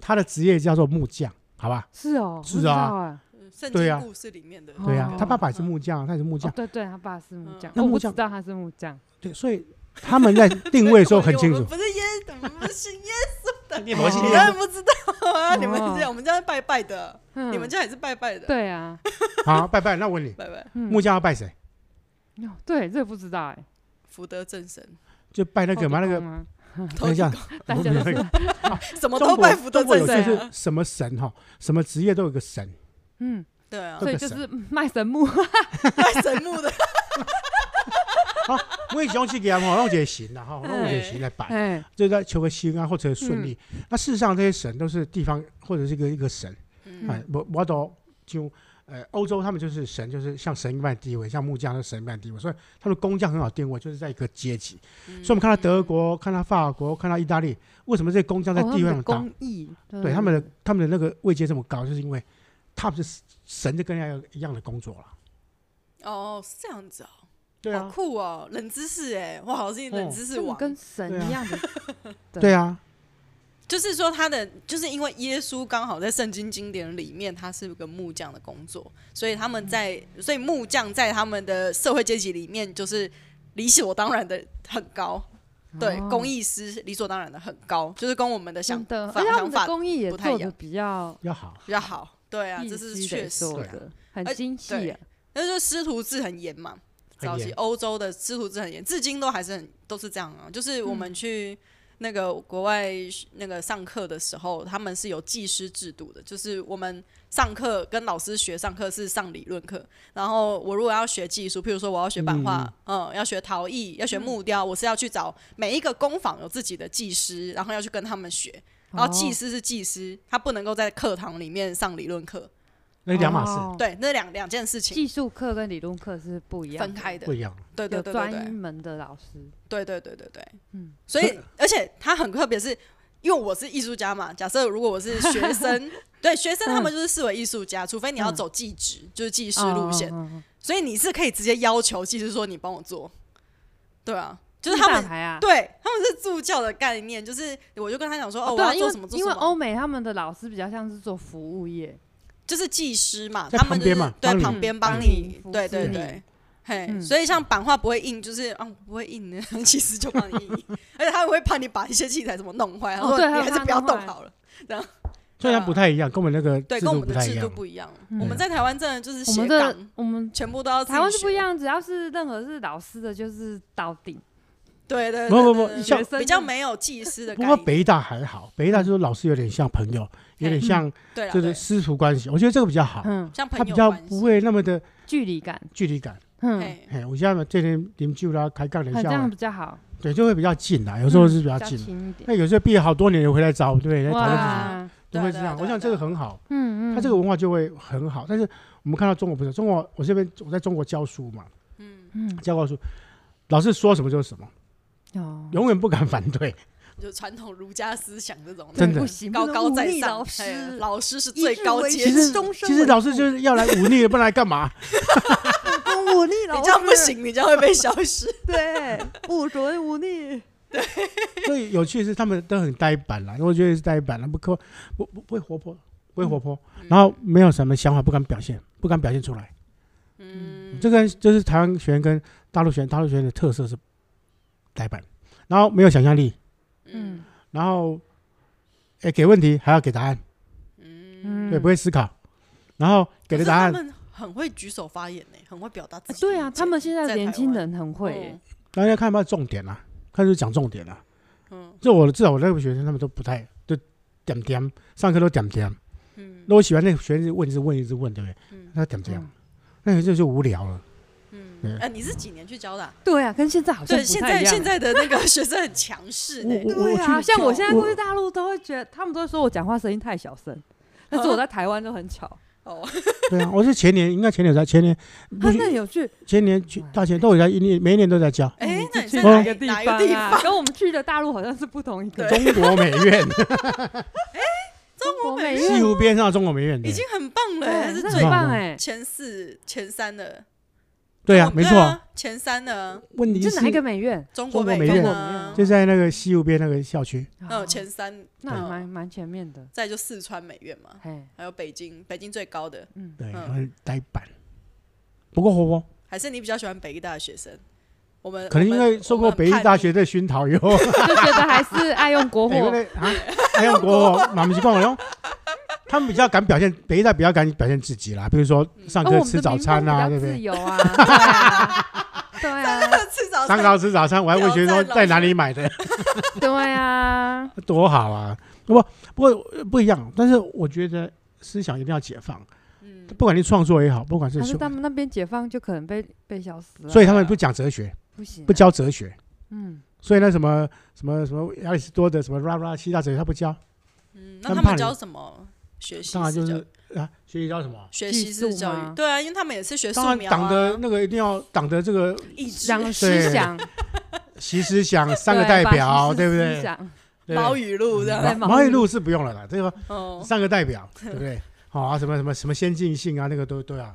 Speaker 3: 他的职业叫做木匠，好吧？
Speaker 2: 是哦，
Speaker 3: 是
Speaker 2: 不知道
Speaker 3: 啊
Speaker 2: 啊，
Speaker 1: 呃圣
Speaker 3: 对啊
Speaker 1: 经故事里面的
Speaker 3: 对呀、
Speaker 2: 哦
Speaker 3: 他爸爸也是木匠，他也是木匠
Speaker 2: 哦，对对，他爸是
Speaker 1: 嗯
Speaker 2: 木匠，
Speaker 3: 那
Speaker 2: 我
Speaker 3: 木
Speaker 2: 不
Speaker 3: 匠
Speaker 2: 知道他是木匠。
Speaker 3: 对，所以他们在定位的时候很清
Speaker 1: 我
Speaker 3: 楚
Speaker 1: 们。不是耶，我们不是耶，
Speaker 3: 你
Speaker 2: 摩西
Speaker 1: 你当然不知道啊！你们
Speaker 3: 哦
Speaker 1: 这样，我们家拜拜的，
Speaker 2: 嗯
Speaker 1: 你们家也是拜拜的，
Speaker 2: 对啊，
Speaker 3: 好，拜拜。那我问你，
Speaker 1: 拜拜，
Speaker 2: 嗯
Speaker 3: 木匠要拜谁？
Speaker 2: 哦对，这个不知道哎。
Speaker 1: 福德正神，
Speaker 3: 就拜那
Speaker 2: 那
Speaker 3: 个嘛，那个
Speaker 2: 啊
Speaker 1: 头
Speaker 3: 像
Speaker 2: 大家都是
Speaker 1: 什么
Speaker 3: 中
Speaker 1: 都
Speaker 3: 国
Speaker 1: 拜福德
Speaker 3: 中国有
Speaker 1: 正
Speaker 3: 些
Speaker 1: 神
Speaker 3: 是
Speaker 1: 啊，
Speaker 3: 什么神哈，什么职业都有个神，
Speaker 2: 嗯，
Speaker 1: 对啊，
Speaker 2: 所以就是卖神木，
Speaker 1: 拜神木 的，
Speaker 3: 我也想 去给他们弄解行然后
Speaker 2: 嗯
Speaker 3: 弄解行来拜，
Speaker 2: 哎，嗯
Speaker 3: 就在求个心啊或者顺利。那事实上这些神都是地方或者是一个一个神，
Speaker 1: 嗯
Speaker 3: 哎，我我都就呃欧洲他们就是神，就是像神一般的地位，像木匠是神一般的地位，所以他们工匠很好定位，就是在一个阶级。
Speaker 1: 嗯
Speaker 3: 所以我们看到德国，看到法国，看到意大利，为什么这些工匠在
Speaker 2: 哦他
Speaker 3: 地位
Speaker 2: 们
Speaker 3: 那
Speaker 2: 的
Speaker 3: 么高？
Speaker 2: 工艺，
Speaker 3: 对他们
Speaker 1: 嗯
Speaker 3: 的他们的那个位阶这么高，就是因为他们是神就跟人家一样的工作了。
Speaker 1: 哦，是这样子哦，
Speaker 3: 对啊
Speaker 1: 好，酷哦，冷知识哎，哇，好是冷知识
Speaker 2: 他们
Speaker 1: 王，
Speaker 2: 跟神
Speaker 3: 啊
Speaker 2: 一样的，的
Speaker 3: 对啊，
Speaker 1: 就是说他的就是因为耶稣刚好在圣经经典里面，他是个木匠的工作，所以他们在所以木匠在他们的社会阶级里面就是理所当然的很高，对，
Speaker 2: 哦
Speaker 1: 工艺师理所当然的很高，就是跟我们的 想
Speaker 2: 真的，
Speaker 1: 法
Speaker 2: 而且他
Speaker 1: 想
Speaker 2: 们的
Speaker 1: 法
Speaker 2: 工艺也
Speaker 1: 不太一
Speaker 2: 做的
Speaker 1: 样
Speaker 2: 比较
Speaker 3: 要好。
Speaker 1: 比较好，对啊，
Speaker 2: 必
Speaker 1: 这是
Speaker 2: 须
Speaker 1: 确
Speaker 2: 得
Speaker 1: 实
Speaker 2: 做
Speaker 1: 啊，
Speaker 2: 的，很
Speaker 1: 而
Speaker 2: 精细
Speaker 1: 对
Speaker 2: 啊。
Speaker 1: 那就是师徒制很严嘛，
Speaker 3: 很
Speaker 1: 早
Speaker 3: 严
Speaker 1: 期欧洲的师徒制很严，至今都还是很都是这样啊。就是我们去那个国外那个上课的时候，他们是有技师制度的，就是我们上课跟老师学上课是上理论课，然后我如果要学技术，譬如说我要学版画，嗯要学陶艺，要学木雕，我是要去找每一个工坊有自己的技师，然后要去跟他们学。然后技
Speaker 2: 哦
Speaker 1: 师是技师，他不能够在课堂里面上理论课，
Speaker 3: 那哎两码事，
Speaker 2: 哦
Speaker 1: 对，那两两件事情
Speaker 2: 技术课跟理论课是不一样，
Speaker 1: 分开的
Speaker 3: 不，一样。
Speaker 1: 对对
Speaker 2: 有
Speaker 1: 对对对
Speaker 2: 专。门的老师。
Speaker 1: 对对对对对，
Speaker 2: 嗯
Speaker 1: 所以而且他很特别，是因为我是艺术家嘛。假设如果我是学 生，对学生他们就是视为艺术家，除非你要走技职，就是技师路线，
Speaker 2: 嗯嗯嗯嗯嗯
Speaker 1: 所以你是可以直接要求技师说你帮我做，对啊，就是
Speaker 2: 是
Speaker 1: 他
Speaker 2: 大
Speaker 1: 们。
Speaker 2: 牌啊，
Speaker 1: 对，他们是助教的概念，就是我就跟他讲说，哦，我
Speaker 2: 对啊
Speaker 1: 要
Speaker 2: 因
Speaker 1: 做
Speaker 2: 为
Speaker 1: 什么做
Speaker 2: 因
Speaker 1: 什
Speaker 2: 为
Speaker 1: 么
Speaker 2: 欧，美他们的老师比较像是做服务业，
Speaker 1: 就是技师嘛，
Speaker 3: 在
Speaker 1: 他们
Speaker 3: 旁
Speaker 1: 就是
Speaker 3: 边嘛
Speaker 1: 对
Speaker 3: 帮你
Speaker 1: 旁边帮
Speaker 2: 帮
Speaker 1: 你
Speaker 2: 你，服
Speaker 1: 对
Speaker 2: 侍
Speaker 1: 对
Speaker 2: 你
Speaker 1: 对，嘿，
Speaker 2: 嗯
Speaker 1: 所以像版画不会印，就是啊我不会印 的，其实就 帮你印，而且他们会怕你把一些器材什么弄坏，然后
Speaker 2: 哦对
Speaker 1: 你
Speaker 2: 他
Speaker 1: 还
Speaker 2: 们
Speaker 1: 是
Speaker 2: 怕
Speaker 1: 不要
Speaker 2: 弄
Speaker 1: 动
Speaker 2: 坏
Speaker 1: 好了，这样
Speaker 3: 虽然不太一样，跟我们那个
Speaker 1: 对，
Speaker 3: 制
Speaker 1: 跟我
Speaker 3: 度
Speaker 1: 们
Speaker 3: 不
Speaker 1: 的
Speaker 3: 太一
Speaker 1: 制度
Speaker 3: 样。
Speaker 1: 不一样。
Speaker 2: 嗯
Speaker 1: 我们在台湾真的就是
Speaker 2: 我
Speaker 1: 斜
Speaker 2: 们的
Speaker 1: 杠，
Speaker 2: 我们
Speaker 1: 全部都要自己
Speaker 2: 台湾是不一
Speaker 1: 学。
Speaker 2: 样，只要是任何是老师的，就是到顶。
Speaker 1: 对对，
Speaker 3: 不
Speaker 1: 对对
Speaker 3: 不不
Speaker 1: 对对
Speaker 3: 像
Speaker 1: 对比较没有技师的
Speaker 3: 不
Speaker 1: 概
Speaker 3: 过
Speaker 1: 念。嗯
Speaker 3: 北大还好，北大就是老师有点像朋友，有点像
Speaker 1: 对啦，
Speaker 3: 就是
Speaker 1: 对
Speaker 3: 师徒关系，我觉得这个比较好，
Speaker 2: 嗯，
Speaker 1: 像朋
Speaker 3: 他比
Speaker 1: 友
Speaker 3: 较
Speaker 1: 关
Speaker 3: 不
Speaker 1: 系。
Speaker 3: 会那么的
Speaker 2: 距离感，
Speaker 3: 距离感。
Speaker 2: 嗯，
Speaker 1: 嘿
Speaker 3: 嘿，我现在这天邻居啦，开杠
Speaker 2: 很
Speaker 3: 一
Speaker 2: 这样
Speaker 3: 下，
Speaker 2: 比较好，嗯
Speaker 3: 对，就会比较近啦，欸有时候是比较
Speaker 2: 比较
Speaker 3: 近。
Speaker 2: 近一点。
Speaker 3: 那有时候毕业好多年回来找，对，来讨论自己，
Speaker 2: 哇，
Speaker 1: 对
Speaker 3: 都
Speaker 1: 啊
Speaker 3: 会这
Speaker 1: 对啊
Speaker 3: 样。
Speaker 1: 对啊
Speaker 3: 我想这
Speaker 1: 对
Speaker 3: 个
Speaker 1: 啊
Speaker 3: 很好，
Speaker 2: 嗯嗯，
Speaker 3: 它这个文化就会很好。但是我们看到中国不是中国，我这边我在中国教书嘛，
Speaker 1: 嗯，
Speaker 2: 嗯
Speaker 3: 教过书，老师说什么就是什么，
Speaker 2: 哦，
Speaker 3: 永远不敢反 对。
Speaker 1: 就传统儒家思想这种，
Speaker 3: 真的
Speaker 2: 对不行，
Speaker 1: 高高在上，
Speaker 2: 老师
Speaker 1: 嘿老师是最高阶
Speaker 3: 其
Speaker 1: 级，
Speaker 3: 实其实老 师就是要来忤逆的，不然来干 嘛？
Speaker 5: 忤逆
Speaker 1: 你
Speaker 5: 老
Speaker 1: 这样不 行，你这样会被消失。
Speaker 5: 对，不准忤逆。
Speaker 3: 所以有趣的是他们都很呆板啦，我觉得是呆板啦，不可不不不会活泼，不会活泼，然后没有什么想法，不敢表现，不敢表现出来。
Speaker 1: 嗯，
Speaker 3: 这个就是台湾学员跟大陆学员，大陆学员的特色是呆板，然后没有想象力，
Speaker 1: 嗯
Speaker 3: 然后哎给问题还要给答案，
Speaker 1: 嗯，
Speaker 2: 嗯
Speaker 3: 对，不会思考，然后给
Speaker 1: 可
Speaker 3: 的
Speaker 1: 是
Speaker 3: 答
Speaker 1: 他
Speaker 3: 案
Speaker 1: 们很会举手发言呢，很会表达自己的意见。
Speaker 2: 对啊，他们现在
Speaker 1: 在
Speaker 2: 年
Speaker 1: 台
Speaker 2: 轻
Speaker 1: 湾哦
Speaker 2: 人很会耶，
Speaker 3: 大家看有没有重点啦、看是讲重点啦、
Speaker 1: 嗯
Speaker 3: 这我至少我那个学生他们都不太都点点，上课都点点。
Speaker 1: 嗯
Speaker 3: 那我喜欢那个学生问一直问一直问，对不对？
Speaker 1: 嗯
Speaker 3: 他点点
Speaker 2: 嗯，
Speaker 3: 那个就就无聊了。
Speaker 1: 嗯
Speaker 3: 对
Speaker 1: 嗯，哎，你是几年去教的啊？
Speaker 2: 对啊，跟现在好像
Speaker 1: 对，
Speaker 2: 不
Speaker 1: 现
Speaker 2: 太
Speaker 1: 在
Speaker 2: 一样
Speaker 1: 现。在的那个学生很强势呢。
Speaker 3: 我我
Speaker 2: 对啊，
Speaker 3: 去
Speaker 2: 像我现在
Speaker 3: 我
Speaker 2: 过去大陆都会觉得，他们都会说我讲话声音太小声，但是
Speaker 1: 嗯
Speaker 2: 我在台湾就很吵。
Speaker 1: 哦，
Speaker 3: 对啊，我是前年应该前年才前年，
Speaker 2: 他
Speaker 3: 不
Speaker 1: 啊
Speaker 2: 啊那
Speaker 3: 是
Speaker 2: 里有去
Speaker 3: 前年去大学都有在一年每一年都在教
Speaker 1: 哎，那你
Speaker 2: 嗯去
Speaker 1: 在
Speaker 2: 哪
Speaker 1: 哪
Speaker 2: 一个地
Speaker 1: 哪一
Speaker 2: 方
Speaker 1: 个地
Speaker 2: 啊？
Speaker 1: 方？
Speaker 2: 跟我们去的大陆好像是不同一个。
Speaker 1: 对
Speaker 3: 中国美院，
Speaker 1: 中国美
Speaker 3: 西
Speaker 1: 院
Speaker 3: 湖边上的中国美院，对
Speaker 1: 已经很棒了，欸还是
Speaker 2: 这
Speaker 1: 最
Speaker 2: 很
Speaker 3: 啊
Speaker 2: 棒哎！
Speaker 1: 前四、前三的。
Speaker 3: 对啊，
Speaker 1: 中
Speaker 3: 没错啊。
Speaker 1: 啊，前三的
Speaker 3: 问题
Speaker 2: 你是哪一个
Speaker 3: 是
Speaker 2: 美院？
Speaker 1: 中国
Speaker 3: 中国美
Speaker 1: 院
Speaker 3: 院
Speaker 1: 啊，
Speaker 3: 就在那个西湖边那个校区，
Speaker 1: 嗯，前三，
Speaker 2: 那还
Speaker 1: 嗯
Speaker 2: 蛮蛮前面的。
Speaker 1: 再就四川美院嘛，
Speaker 2: 嘿，
Speaker 1: 还有北京，北京最高的，
Speaker 2: 嗯，
Speaker 3: 对，
Speaker 1: 嗯
Speaker 3: 很呆板，不过活泼。
Speaker 1: 还是你比较喜欢北医大的学生？我
Speaker 2: 呃
Speaker 1: 们
Speaker 3: 可能因为受过北医 大学，的熏陶以后，
Speaker 2: 就觉得还是爱用 国
Speaker 3: 哎我
Speaker 2: 货。
Speaker 3: 咧啊，还有国货，马不是讲用，他们比较敢表现，北医大比较敢表现自己啦，比如说上
Speaker 2: 哦我
Speaker 3: 课
Speaker 2: 们
Speaker 3: 吃
Speaker 2: 的
Speaker 3: 早
Speaker 2: 民
Speaker 3: 餐
Speaker 2: 风比较
Speaker 3: 啊，对不
Speaker 2: 自
Speaker 3: 对？
Speaker 2: 由 啊，对啊，对啊，
Speaker 1: 我们很叛逆吃早
Speaker 3: 上
Speaker 1: 餐
Speaker 3: 课吃早餐，我还问学生说在哪里买的，
Speaker 2: 对啊，
Speaker 3: 多好啊！不不过不一样，但是我觉得思想一定要解放，
Speaker 1: 嗯，
Speaker 3: 不管你创作也好，不管是
Speaker 2: 可是
Speaker 3: 什
Speaker 2: 他们那边解放就可能被被消失了，
Speaker 3: 所以他们不讲哲学，
Speaker 2: 不行啊，
Speaker 3: 不教哲学，
Speaker 2: 嗯，
Speaker 3: 所以那什么什么什么亚里士多德什么拉拉希腊哲学他不教，
Speaker 1: 嗯，
Speaker 3: 他
Speaker 1: 那
Speaker 3: 们
Speaker 1: 他
Speaker 3: 怕
Speaker 1: 们
Speaker 3: 你
Speaker 1: 教什么学习？
Speaker 3: 当然就是啊，学习教什么？
Speaker 1: 学
Speaker 2: 技
Speaker 1: 习式
Speaker 2: 术
Speaker 1: 教
Speaker 2: 吗
Speaker 1: 育，对啊，因为他们也是学素
Speaker 3: 当然
Speaker 1: 描
Speaker 3: 党的
Speaker 1: 啊，
Speaker 3: 那个一定要党的这个
Speaker 1: 意志
Speaker 2: 讲思想，
Speaker 3: 习思想三个
Speaker 2: 对
Speaker 3: 代
Speaker 2: 把
Speaker 3: 表，
Speaker 2: 习
Speaker 3: 对不
Speaker 2: 思
Speaker 3: 对？
Speaker 2: 想
Speaker 3: 对
Speaker 1: 毛语录这样，
Speaker 2: 对
Speaker 3: 毛
Speaker 2: 毛
Speaker 3: 毛语
Speaker 2: 语
Speaker 3: 录是不用了啦，这个
Speaker 1: 哦
Speaker 3: 三个 代表，对不对？好啊，什么什么什么先进性啊，那个都对啊，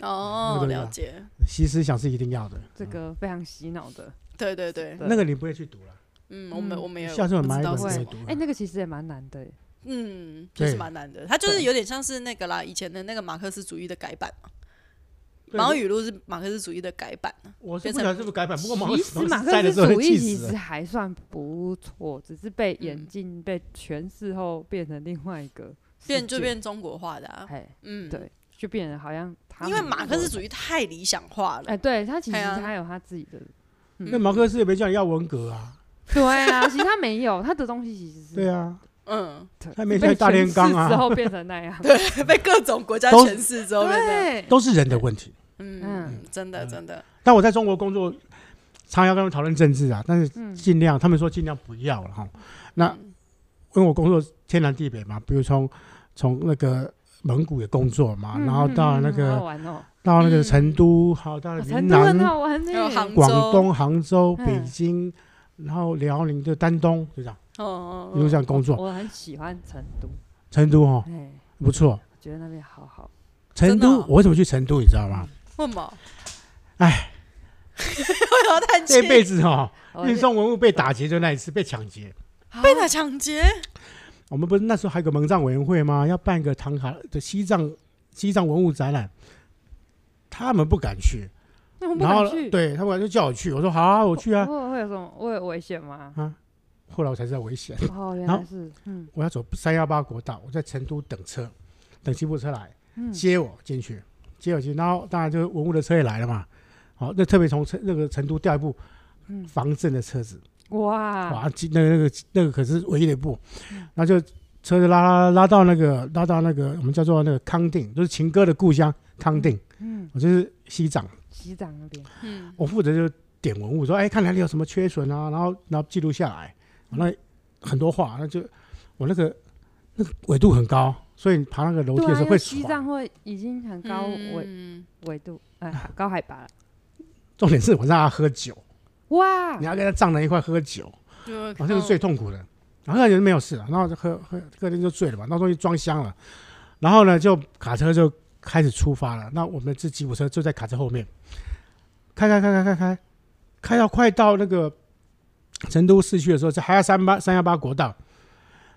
Speaker 3: 那
Speaker 1: 哦，
Speaker 3: 个都一样啊
Speaker 1: 了解，
Speaker 3: 习思想是一定要的。
Speaker 2: 这个非常洗脑的，
Speaker 1: 对对对，
Speaker 3: 那个你不会去读了，
Speaker 1: 嗯，我们
Speaker 2: 嗯
Speaker 1: 我们也
Speaker 3: 下次我
Speaker 1: 不
Speaker 3: 买
Speaker 1: 知
Speaker 3: 一
Speaker 1: 道
Speaker 3: 本
Speaker 1: 是
Speaker 3: 可
Speaker 1: 什
Speaker 3: 以
Speaker 1: 么
Speaker 3: 读
Speaker 2: 哎，
Speaker 3: 了。
Speaker 2: 那个其实也蛮难的耶，
Speaker 1: 嗯，就是
Speaker 3: 对
Speaker 1: 蛮难的，它就是
Speaker 2: 对
Speaker 1: 有点像是那个啦，以前的那个马克思主义的改版嘛，
Speaker 3: 对
Speaker 1: 毛语录是马克思主义的改版啊，
Speaker 3: 我是不晓得是不是改版，不过毛
Speaker 2: 其实马克
Speaker 3: 在的时
Speaker 2: 思
Speaker 3: 候
Speaker 2: 主义
Speaker 3: 气
Speaker 2: 其
Speaker 3: 死
Speaker 2: 实
Speaker 3: 了。
Speaker 2: 还算不错，只是被演
Speaker 1: 嗯
Speaker 2: 进、被诠释后变成另外一个世界，
Speaker 1: 变就变中国化的啊，
Speaker 2: 哎，
Speaker 1: 嗯，
Speaker 2: 对，就变成好像他
Speaker 1: 因为
Speaker 2: 很
Speaker 1: 马克思主
Speaker 2: 义，
Speaker 1: 义太理想化了
Speaker 2: 哎，，对他其实
Speaker 1: 哎呀
Speaker 2: 他有他自己的，
Speaker 3: 那马克思也没叫你要文革啊，
Speaker 2: 对啊，其实他没有他的东西其实是
Speaker 3: 对啊，
Speaker 1: 嗯，
Speaker 2: 对
Speaker 3: 他没
Speaker 2: 被
Speaker 3: 在大
Speaker 2: 诠
Speaker 3: 炼
Speaker 2: 释
Speaker 3: 钢啊
Speaker 2: 之后变成那样，
Speaker 1: 被各种国家
Speaker 3: 都
Speaker 1: 诠释之后变成，
Speaker 2: 对，
Speaker 3: 都是人的问题。
Speaker 1: 嗯，真的
Speaker 3: 嗯
Speaker 1: 真的，
Speaker 3: 但我在中国工作，常要跟他们讨论政治啊，但是
Speaker 2: 嗯
Speaker 3: 尽量他们说尽量不要了哈。那
Speaker 1: 嗯
Speaker 3: 因为我工作天南地北嘛，比如从从那个蒙古也工作嘛，然后到
Speaker 2: 嗯嗯嗯
Speaker 3: 那
Speaker 2: 好
Speaker 3: 个
Speaker 2: 好玩哦，
Speaker 3: 到那个成都，还有到
Speaker 2: 哦
Speaker 3: 云
Speaker 2: 成都很
Speaker 3: 南、
Speaker 2: 好玩呢
Speaker 1: 还有，杭州哦
Speaker 3: 广东、杭州、
Speaker 2: 嗯
Speaker 3: 北京，然后辽宁就丹东，就这样
Speaker 1: 哦哦，
Speaker 3: 一路
Speaker 1: 哦
Speaker 3: 这样工作。
Speaker 2: 我很喜欢成都，
Speaker 3: 成都哦，
Speaker 2: 哎，
Speaker 3: 不错。
Speaker 2: 我觉得那边好好，
Speaker 3: 成
Speaker 1: 真的
Speaker 3: 都
Speaker 1: 哦
Speaker 3: 我为什么去成都，你知道吗？
Speaker 1: 为什么？
Speaker 3: 哎，
Speaker 1: 我要叹气，
Speaker 3: 这辈子哦，
Speaker 2: 我
Speaker 3: 运送文物被打劫就那一次被抢劫。
Speaker 1: 被他抢劫，
Speaker 3: 我们不是那时候还有个蒙藏委员会吗？要办一个唐卡的西藏西藏文物展览，他们不敢去，
Speaker 2: 那我不
Speaker 3: 然后
Speaker 2: 敢去，
Speaker 3: 对他们就叫我去，我说好啊，我去啊。
Speaker 2: 会会有什么会有危险吗？
Speaker 3: 啊，后来我才知道危险。
Speaker 2: 哦，原
Speaker 3: 然
Speaker 2: 来
Speaker 3: 后
Speaker 2: 是，嗯
Speaker 3: 我要走三幺八国道，我在成都等车，等吉普车来
Speaker 2: 嗯，
Speaker 3: 接我进去，接我进去，然后当然就是文物的车也来了嘛。好、那特别从成那个成都调一部
Speaker 2: 嗯
Speaker 3: 防震的车子，
Speaker 2: 哇，
Speaker 3: 哇，那个那个那个可是唯一的一部，
Speaker 2: 嗯
Speaker 3: 然后就车子拉拉拉到那个拉到那个我们叫做那个康定，就是秦哥的故乡康定，
Speaker 2: 嗯，
Speaker 3: 我就是西藏，
Speaker 2: 西藏那边，
Speaker 1: 嗯，
Speaker 3: 我负责就点文物，说哎看哪里有什么缺损啊，然后然后记录下来，那很多话，那就我那个那个纬度很高，所以你爬那个楼梯
Speaker 2: 对
Speaker 3: 的
Speaker 2: 啊，因
Speaker 3: 时候会
Speaker 2: 为西
Speaker 3: 爽。
Speaker 2: 藏会已经很高纬
Speaker 1: 嗯
Speaker 2: 纬度，哎，高海拔了，
Speaker 3: 重点是我让他喝酒，
Speaker 2: 哇
Speaker 3: 你，要跟他藏人一块喝酒，
Speaker 1: 就
Speaker 3: 然后这个
Speaker 2: 嗯
Speaker 3: 是最痛苦的。然后那人没有事，然后就喝喝喝天就醉了嘛，到时候就装箱了，然后呢就卡车就开始出发了。那我们这吉普车就在卡车后面，开开开开开开，开到快到那个成都市区的时候，在还要三八三幺八国道，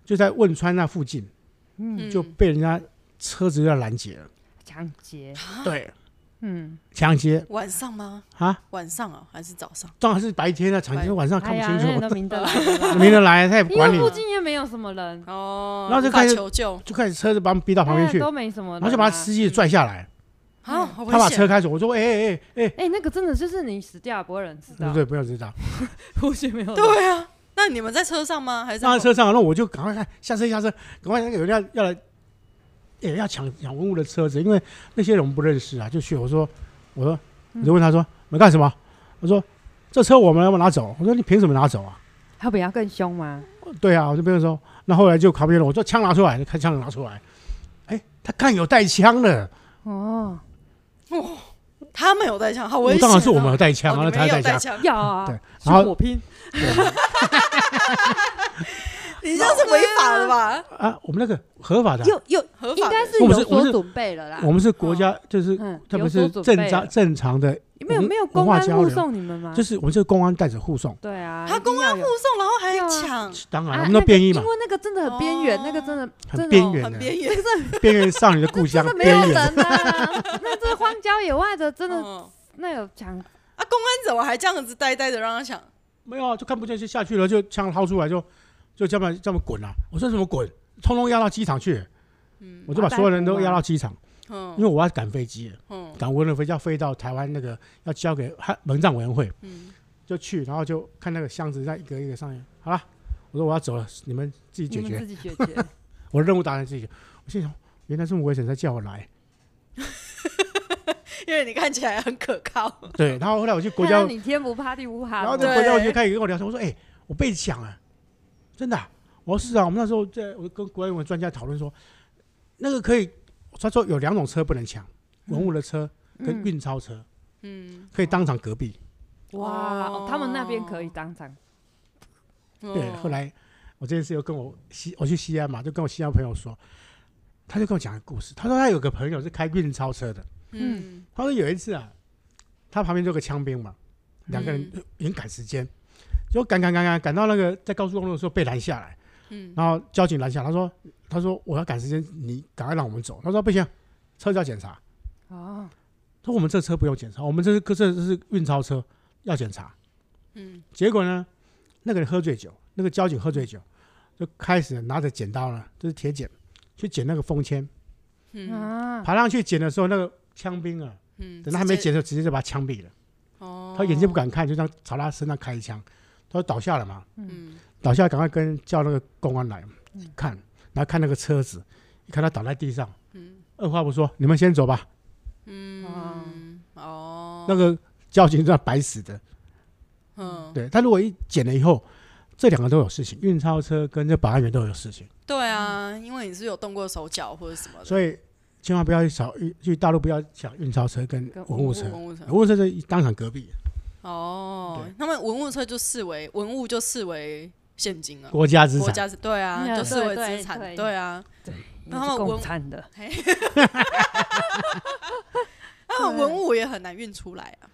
Speaker 3: 就在汶川那附近
Speaker 1: 嗯
Speaker 3: 就被人家车子要拦截了，
Speaker 2: 抢劫，
Speaker 3: 对，
Speaker 2: 嗯，
Speaker 3: 抢劫
Speaker 1: 晚上吗？
Speaker 3: 啊，
Speaker 1: 晚上啊，还是早上？
Speaker 3: 当然是白天了，抢劫晚上看
Speaker 2: 哎
Speaker 3: 不
Speaker 2: 呀，
Speaker 3: 清
Speaker 2: 那人
Speaker 3: 楚，
Speaker 2: 都明得来了啦，
Speaker 3: 没人来，他也不
Speaker 2: 因
Speaker 3: 管你
Speaker 2: 为，附近也没有什么人，
Speaker 1: 哦，
Speaker 3: 然后就
Speaker 1: 无法
Speaker 3: 开始
Speaker 1: 求救
Speaker 3: 就开始车子把我们逼到旁边
Speaker 2: 哎
Speaker 3: 去，
Speaker 2: 都没什么人啊，
Speaker 3: 然后就把司机拽下来。
Speaker 1: 啊，好危
Speaker 3: 他把
Speaker 1: 险
Speaker 3: 车开走，我说：“哎哎哎哎，
Speaker 2: 哎、那个真的就是你死掉也不会有人知
Speaker 3: 对
Speaker 2: 道，
Speaker 3: 不对？不要知道。
Speaker 2: 呼吸没有人
Speaker 1: 对啊，那你们在车上吗？还是”
Speaker 3: 上了车上，那我就赶快看下车下车，赶快那个有人要要来，也要抢抢文物的车子，因为那些人我们不认识啊，就去。我说：“我说，我就问他说，你们干什么？”我说：“这车我们要不要拿走。”我说：“你凭什么拿走啊
Speaker 2: 他比他更凶吗？？”
Speaker 3: 对啊，我就跟他说。那后来就旁边了，我说：“枪拿出来！”就看枪拿出来，哎，他看有带枪的，
Speaker 2: 哦，
Speaker 1: 他们有带枪，好
Speaker 3: 我
Speaker 1: 危险啊！
Speaker 3: 当然是我们有带枪
Speaker 1: 哦
Speaker 3: 啊，
Speaker 1: 你
Speaker 3: 那
Speaker 1: 们
Speaker 3: 他
Speaker 1: 也
Speaker 3: 带
Speaker 1: 有带
Speaker 3: 枪。
Speaker 1: 枪，
Speaker 2: 要啊，
Speaker 3: 对，
Speaker 2: 是
Speaker 3: 然后
Speaker 2: 火拼，
Speaker 1: 你这样是违法的吧？
Speaker 3: 啊，我们那个合法的啊，
Speaker 5: 又又
Speaker 1: 合
Speaker 2: 应
Speaker 1: 法的
Speaker 2: 该是
Speaker 3: 我们是
Speaker 2: 有
Speaker 3: 我们
Speaker 2: 所
Speaker 3: 是
Speaker 2: 准备了啦
Speaker 3: 我，们是国家，就是
Speaker 2: 嗯，
Speaker 3: 特
Speaker 2: 有
Speaker 3: 别
Speaker 2: 所
Speaker 3: 是
Speaker 2: 准备
Speaker 3: 正
Speaker 2: 了
Speaker 3: 常正常的
Speaker 2: 没有
Speaker 3: 文
Speaker 2: 没有
Speaker 3: 文
Speaker 2: 公
Speaker 3: 化
Speaker 2: 安
Speaker 3: 交
Speaker 2: 护
Speaker 3: 流，
Speaker 2: 送你们吗？
Speaker 3: 就是我们这个公安带着护送，
Speaker 2: 对啊，
Speaker 1: 他
Speaker 2: 一定
Speaker 1: 公
Speaker 2: 要
Speaker 1: 安护
Speaker 2: 有
Speaker 1: 送，然后还
Speaker 2: 要啊
Speaker 1: 抢，
Speaker 3: 当然
Speaker 2: 啊
Speaker 3: 我们那便衣
Speaker 2: 那
Speaker 3: 嘛
Speaker 2: 个因，为那个真的很边缘，
Speaker 1: 哦
Speaker 2: 那个真的
Speaker 3: 很
Speaker 2: 真的
Speaker 3: 边
Speaker 2: 哦
Speaker 3: 缘啊
Speaker 1: 很
Speaker 3: 的，
Speaker 1: 边缘，
Speaker 3: 边缘少女的故 乡
Speaker 2: 真的，没有
Speaker 3: 边
Speaker 2: 人
Speaker 3: 缘。
Speaker 2: 啊，那这荒郊野外的，真的
Speaker 1: 嗯
Speaker 2: 那有抢
Speaker 1: 啊，公安怎么还这样子呆呆的让他抢？
Speaker 3: 没有啊，就看不见就下去了，就枪掏出来就就这么这么滚啊！我说怎么滚？通通押到机场去，
Speaker 1: 嗯
Speaker 3: 我就把所有人都押到机场，因
Speaker 1: 嗯
Speaker 2: 哦
Speaker 3: 为我要赶飞机，
Speaker 1: 嗯
Speaker 3: 赶无人飞机要飞到台湾那个要交给汉门障委员会，
Speaker 1: 嗯，
Speaker 3: 就去，然后就看那个箱子在一个一个上面。好了，我说我要走了，你们自己
Speaker 2: 你
Speaker 3: 解
Speaker 2: 们
Speaker 3: 决
Speaker 2: 自。己解决，
Speaker 3: 我的任务达成自己。我心想，原来这么危险才叫我来。
Speaker 1: 因为你看起来很可靠，
Speaker 3: 对，然后后来我去 国
Speaker 2: 看 来
Speaker 3: 家，
Speaker 2: 你天不怕地不怕
Speaker 3: 然
Speaker 2: 的，
Speaker 3: 后就
Speaker 1: 对
Speaker 3: 国家我就开始跟我聊天，我说：“哎、我被抢了，真的啊、我说：“是啊，我们那时候在，我跟国外文专家讨论说，那个可以，他说有两种车不能抢，文物的车
Speaker 2: 嗯
Speaker 3: 跟运钞车，
Speaker 1: 嗯，
Speaker 3: 可以当场隔壁。
Speaker 2: 哇，
Speaker 1: 哦
Speaker 2: 哦他们那边可以当场，
Speaker 1: 嗯
Speaker 3: 对，后来我这件事又跟我西，我去西安嘛，就跟我西安朋友说，他就跟我讲一个故事，他说他有个朋友是开运钞车的，
Speaker 1: 嗯
Speaker 3: 他说有一次啊，他旁边就有个枪兵嘛，两个人已经赶时间，就赶赶赶赶赶到那个在高速公路的时候被拦下来，
Speaker 1: 嗯
Speaker 3: 然后交警拦下，他说他说我要赶时间，你赶快让我们走。他说不行，车子要检查。
Speaker 2: 哦，
Speaker 3: 他说我们这车不用检查，我们这是这这是运钞车要检查。
Speaker 1: 嗯
Speaker 3: 结果呢，那个人喝醉酒，那个交警喝醉酒，就开始拿着剪刀呢，就是铁剪去剪那个风签，
Speaker 1: 嗯
Speaker 2: 啊，
Speaker 3: 爬上去剪的时候，那个枪兵啊，
Speaker 1: 嗯，
Speaker 3: 等他还没剪的时候，直接就把他枪毙了。
Speaker 1: 哦，
Speaker 3: 他眼睛不，敢看，就这样朝他身上开一枪，他就倒下了嘛，
Speaker 1: 嗯
Speaker 3: 倒下赶快跟叫那个公安来看，然后看那个车子，一看他倒在地上，
Speaker 1: 嗯
Speaker 3: 二话不说，你们先走吧。
Speaker 1: 嗯，哦，
Speaker 3: 那个交警这样白死的，
Speaker 1: 嗯，
Speaker 3: 对他如果一捡了以后，这两个都有事情，运钞车跟这保安员都有事情，
Speaker 1: 对啊，因为你是有动过手脚或者什么的，
Speaker 3: 所以千万不要去找去大陆不要抢运钞车跟
Speaker 2: 跟
Speaker 3: 文物车，
Speaker 1: 文物车
Speaker 3: 文物车就当场隔壁，
Speaker 1: 哦
Speaker 3: 对，
Speaker 1: 那么文物车就视为文物就视为现金了。
Speaker 3: 国家资
Speaker 1: 国
Speaker 3: 产。
Speaker 1: 家是对啊，
Speaker 2: 嗯
Speaker 1: 就视为
Speaker 2: 对
Speaker 1: 资产，
Speaker 2: 对对
Speaker 1: 对啊，
Speaker 2: 你
Speaker 1: 然
Speaker 2: 们
Speaker 1: 后
Speaker 2: 是
Speaker 1: 我
Speaker 2: 共产的，
Speaker 1: 那啊文物也很难运出来啊。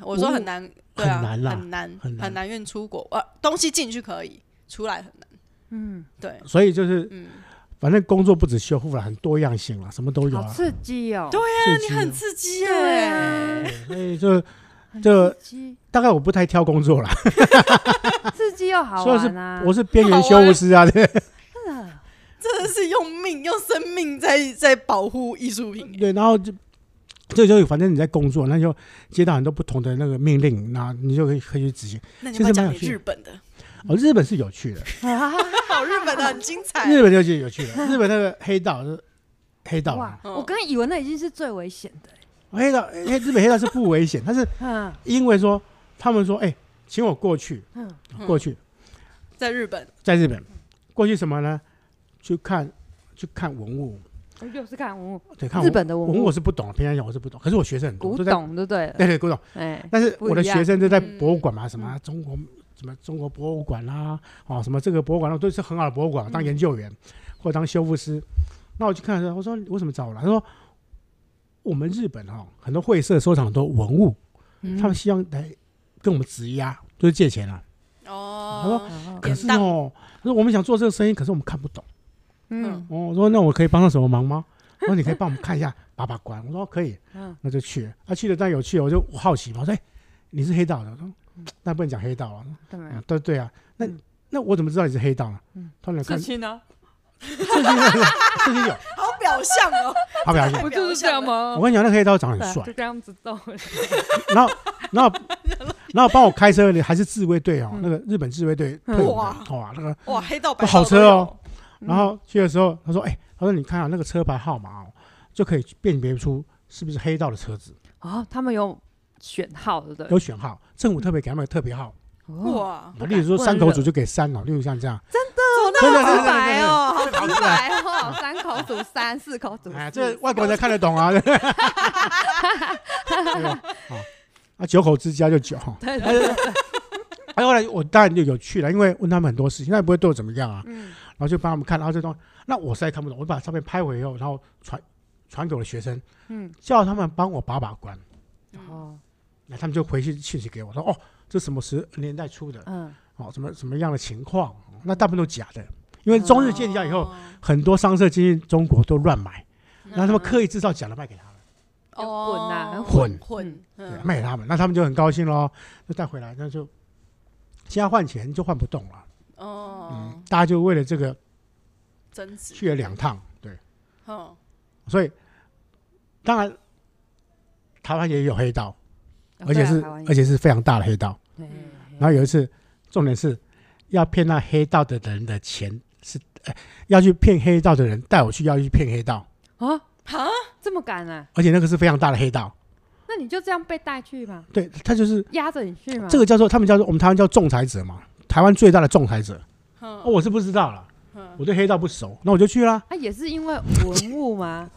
Speaker 1: 我说很难，对啊，
Speaker 3: 很难啦
Speaker 1: 很难，
Speaker 3: 很难
Speaker 1: 很难运出国。呃，东西进去可以，出来很难。
Speaker 2: 嗯，
Speaker 1: 对，
Speaker 3: 所以就是，
Speaker 1: 嗯，
Speaker 3: 反正工作不止修复了，很多样性了，什么都有
Speaker 2: 嗯好
Speaker 3: 啊。
Speaker 2: 刺激哦，
Speaker 1: 对
Speaker 3: 啊哎
Speaker 1: 你很刺激耶、
Speaker 2: 对啊
Speaker 3: 对所以就
Speaker 4: 很
Speaker 3: 这
Speaker 4: 刺激，
Speaker 3: 大概我不太挑工作啦，
Speaker 4: 刺激又好
Speaker 3: 所以是
Speaker 4: 玩啊！
Speaker 3: 我是边缘修复师啊，对
Speaker 4: 真 的
Speaker 1: 真的是用命用生命在在保护艺术品。
Speaker 3: 对，然后就。这就反正你在工作，那就接到很多不同的那个命令，那你就可以可以去执行。
Speaker 1: 那你
Speaker 3: 其
Speaker 1: 要不
Speaker 3: 实
Speaker 1: 要讲
Speaker 3: 蛮有
Speaker 1: 你
Speaker 3: 趣的
Speaker 1: 日本 的，
Speaker 4: 嗯
Speaker 3: 哦，日本是有趣的，
Speaker 1: 好，日 本的很精彩。
Speaker 4: 哎
Speaker 3: 日本就是有趣 的。日本那个黑道是黑道啊
Speaker 4: 哇，！我刚以为那已经是最危险的欸，
Speaker 3: 黑道黑日本黑道是不危险，但是
Speaker 4: 嗯，
Speaker 3: 因为说他们说，哎、请我过去
Speaker 4: 嗯，
Speaker 3: 过去，
Speaker 1: 在日本，
Speaker 3: 在日本，过去什么呢？去看去看文物，
Speaker 4: 我又是看文物，
Speaker 3: 对，看
Speaker 4: 日本的文
Speaker 3: 文
Speaker 4: 物
Speaker 3: 物我是不懂，平常讲我是不懂，可是我学生很多，
Speaker 2: 古
Speaker 3: 都在
Speaker 2: 董就对了，
Speaker 3: 对对古董，
Speaker 2: 哎，
Speaker 3: 但是我的
Speaker 2: 不一样嗯
Speaker 3: 学生都在博物馆嘛，什么啊中国什么中国博物馆啦、哦，什么这个博物馆啦，都是很好的博物馆，
Speaker 2: 嗯
Speaker 3: 当研究员、或者当修复师。那我去看的时候，我说你为什么找我来？他说我们日本哈、哦、很多会社收藏很多文物，
Speaker 2: 嗯
Speaker 3: 他们希望来跟我们质押，就是借钱啊。他
Speaker 1: 哦
Speaker 3: 说，可是
Speaker 1: 典当
Speaker 3: 哦，他说我们想做这个生意，可是我们看不懂。
Speaker 1: 嗯
Speaker 2: 嗯，
Speaker 3: 哦，我说那我可以帮上什么忙吗？我说你可以帮我们看一下把把关。我说哦可以
Speaker 2: 嗯，
Speaker 3: 那就去了。啊，去了但有趣了，我就好奇嘛，我说、哎，你是黑道的，我说
Speaker 2: 嗯
Speaker 3: 那不能讲黑道啊。
Speaker 2: 当然
Speaker 3: 啊，对对啊，那
Speaker 2: 哎嗯
Speaker 3: 那我怎么知道你是黑道呢？他们俩看
Speaker 2: 刺
Speaker 3: 这些
Speaker 2: 青呢，
Speaker 3: 有，这些有，
Speaker 1: 好表象哦，
Speaker 3: 好表现。
Speaker 2: 不就是这样吗
Speaker 3: 我？跟你讲，那个黑道长
Speaker 2: 对啊
Speaker 3: 很帅
Speaker 2: 就，这样子动，
Speaker 3: 然后 然后然后帮我开车的还是自卫队哦，那个日本自卫队
Speaker 2: 嗯
Speaker 3: 退伍的
Speaker 1: 哇
Speaker 3: 啊哇，那个
Speaker 1: 哇，黑道白
Speaker 3: 不
Speaker 1: 道
Speaker 3: 好
Speaker 1: 都
Speaker 3: 车哦
Speaker 1: 有，
Speaker 2: 嗯
Speaker 3: 然后去的时候，他说：“哎、他说你看啊，那个车牌号码哦，就可以辨别出是不是黑道的车子，
Speaker 2: 啊，他们有选号，对不对？
Speaker 3: 有选号，政府特别给他们个特别号。
Speaker 2: 哇，
Speaker 1: 哇，
Speaker 3: 例如说
Speaker 2: 不能
Speaker 3: 山口
Speaker 2: 惹
Speaker 3: 组就给三哦，例如像这样，
Speaker 1: 真的好直白哦，好
Speaker 2: 一百号，三口组三，四口组
Speaker 3: 哎，
Speaker 2: 四，
Speaker 3: 这外国人才看得 懂啊。对吧？啊，啊，九口之家就九。
Speaker 2: 对
Speaker 3: 哎
Speaker 2: 对
Speaker 3: 哎，后来我当然就有去了，因为问他们很多事情，那也不会对我怎么样啊。
Speaker 2: 嗯
Speaker 3: 然后就帮他们看，然后这东西，那我实在看不懂，我把照片拍回以后，然后传传给我的学生，
Speaker 2: 嗯，
Speaker 3: 叫他们帮我把把关。
Speaker 2: 哦，
Speaker 3: 那他们就回去信息给我说，哦，这什么时年代出的，
Speaker 2: 嗯，
Speaker 3: 哦，什么什么样的情况，哦那大部分都假的，因为中日建交以后，
Speaker 1: 哦，嗯
Speaker 3: 很多商社进入中国都乱买，然后他们刻
Speaker 1: 意
Speaker 3: 意制造假的卖给他们，
Speaker 1: 哦
Speaker 2: 混啊
Speaker 3: 混
Speaker 1: 混，嗯
Speaker 3: 对卖给他们，那他们就很高兴咯，就带回来，那就现在换钱就换不动了，
Speaker 1: 哦
Speaker 3: 嗯，，大家就为了这个
Speaker 1: 增值，
Speaker 3: 去了两趟，对，
Speaker 1: 嗯，
Speaker 3: 所以当然台湾也有黑道，
Speaker 1: 哦
Speaker 3: 而
Speaker 1: 啊
Speaker 3: 且是而
Speaker 2: 且，
Speaker 3: 且是非常大的黑道，
Speaker 2: 对
Speaker 3: 然后有一次，重点是要骗那黑道的人的钱是，呃要去骗黑道的人带我去要去骗黑道，
Speaker 2: 啊，
Speaker 1: 哈，
Speaker 2: 这么敢啊？
Speaker 3: 而且那个是非常大的黑道，
Speaker 2: 那你就这样被带去嘛，
Speaker 3: 对他就是
Speaker 2: 压着你
Speaker 1: 嗯
Speaker 2: 去嘛？
Speaker 3: 这个叫做他们叫做我们台湾叫仲裁者嘛，台湾最大的仲裁者。哦，
Speaker 1: 嗯
Speaker 3: 我是不知道了，
Speaker 1: 嗯
Speaker 3: 我对黑道不熟，那我就去啦。
Speaker 2: 啊，也是因为文物吗？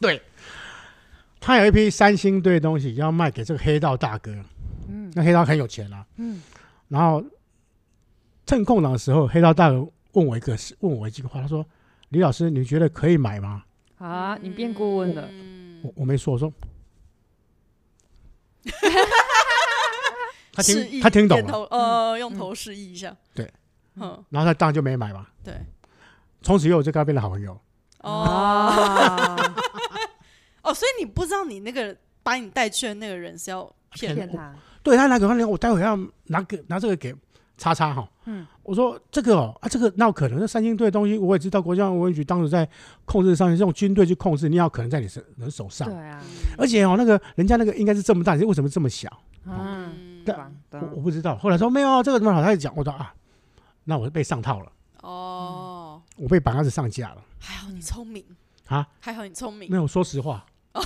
Speaker 3: 他有一批三星堆的东西要卖给这个黑道大哥，
Speaker 2: 嗯
Speaker 3: 那黑道很有钱啊，
Speaker 2: 嗯，
Speaker 3: 然后趁空档的时候，黑道大哥问我一个问我一句话，他说：“李老师，你觉得可以买吗？”
Speaker 2: 好啊，你变顾问了，
Speaker 1: 嗯
Speaker 3: 我我没说，我说，他
Speaker 1: 示
Speaker 3: 听
Speaker 1: 意
Speaker 3: 他听懂
Speaker 1: 点
Speaker 3: 了，
Speaker 1: 头
Speaker 2: 嗯
Speaker 1: 呃，用头示意一下，
Speaker 3: 对，
Speaker 1: 嗯，
Speaker 3: 然后他当然就没买嘛。
Speaker 1: 对，
Speaker 3: 从此以后我就跟他变成好朋友。
Speaker 1: 哦
Speaker 2: 啊，
Speaker 1: 哦，所以你不知道你那个把你带去的那个人是要 骗
Speaker 2: 骗
Speaker 1: 人，
Speaker 2: 他，
Speaker 3: 对他拿给我，他拿我待会要拿给拿这个给叉叉哈。
Speaker 2: 嗯，
Speaker 3: 我说这个哦啊，这个那有可能，这三星堆的东西我也知道，国家文局当时在控制上面，用军队去控制，你要可能在你手人手上
Speaker 2: 对。啊，
Speaker 3: 而且哦，那个人家那个应该是这么大，你为什么这么小？
Speaker 2: 嗯，
Speaker 1: 嗯，
Speaker 3: 但
Speaker 2: 懂
Speaker 3: 我我
Speaker 2: 懂
Speaker 3: 不知道。后来说没有啊，这个怎么好？他就讲，我说啊，那我被上套了，
Speaker 1: 哦，
Speaker 3: 我被绑架子上架了
Speaker 1: 还好你聪明
Speaker 3: 啊。
Speaker 1: 还好你聪明
Speaker 3: 没，有，说实话，
Speaker 2: 哎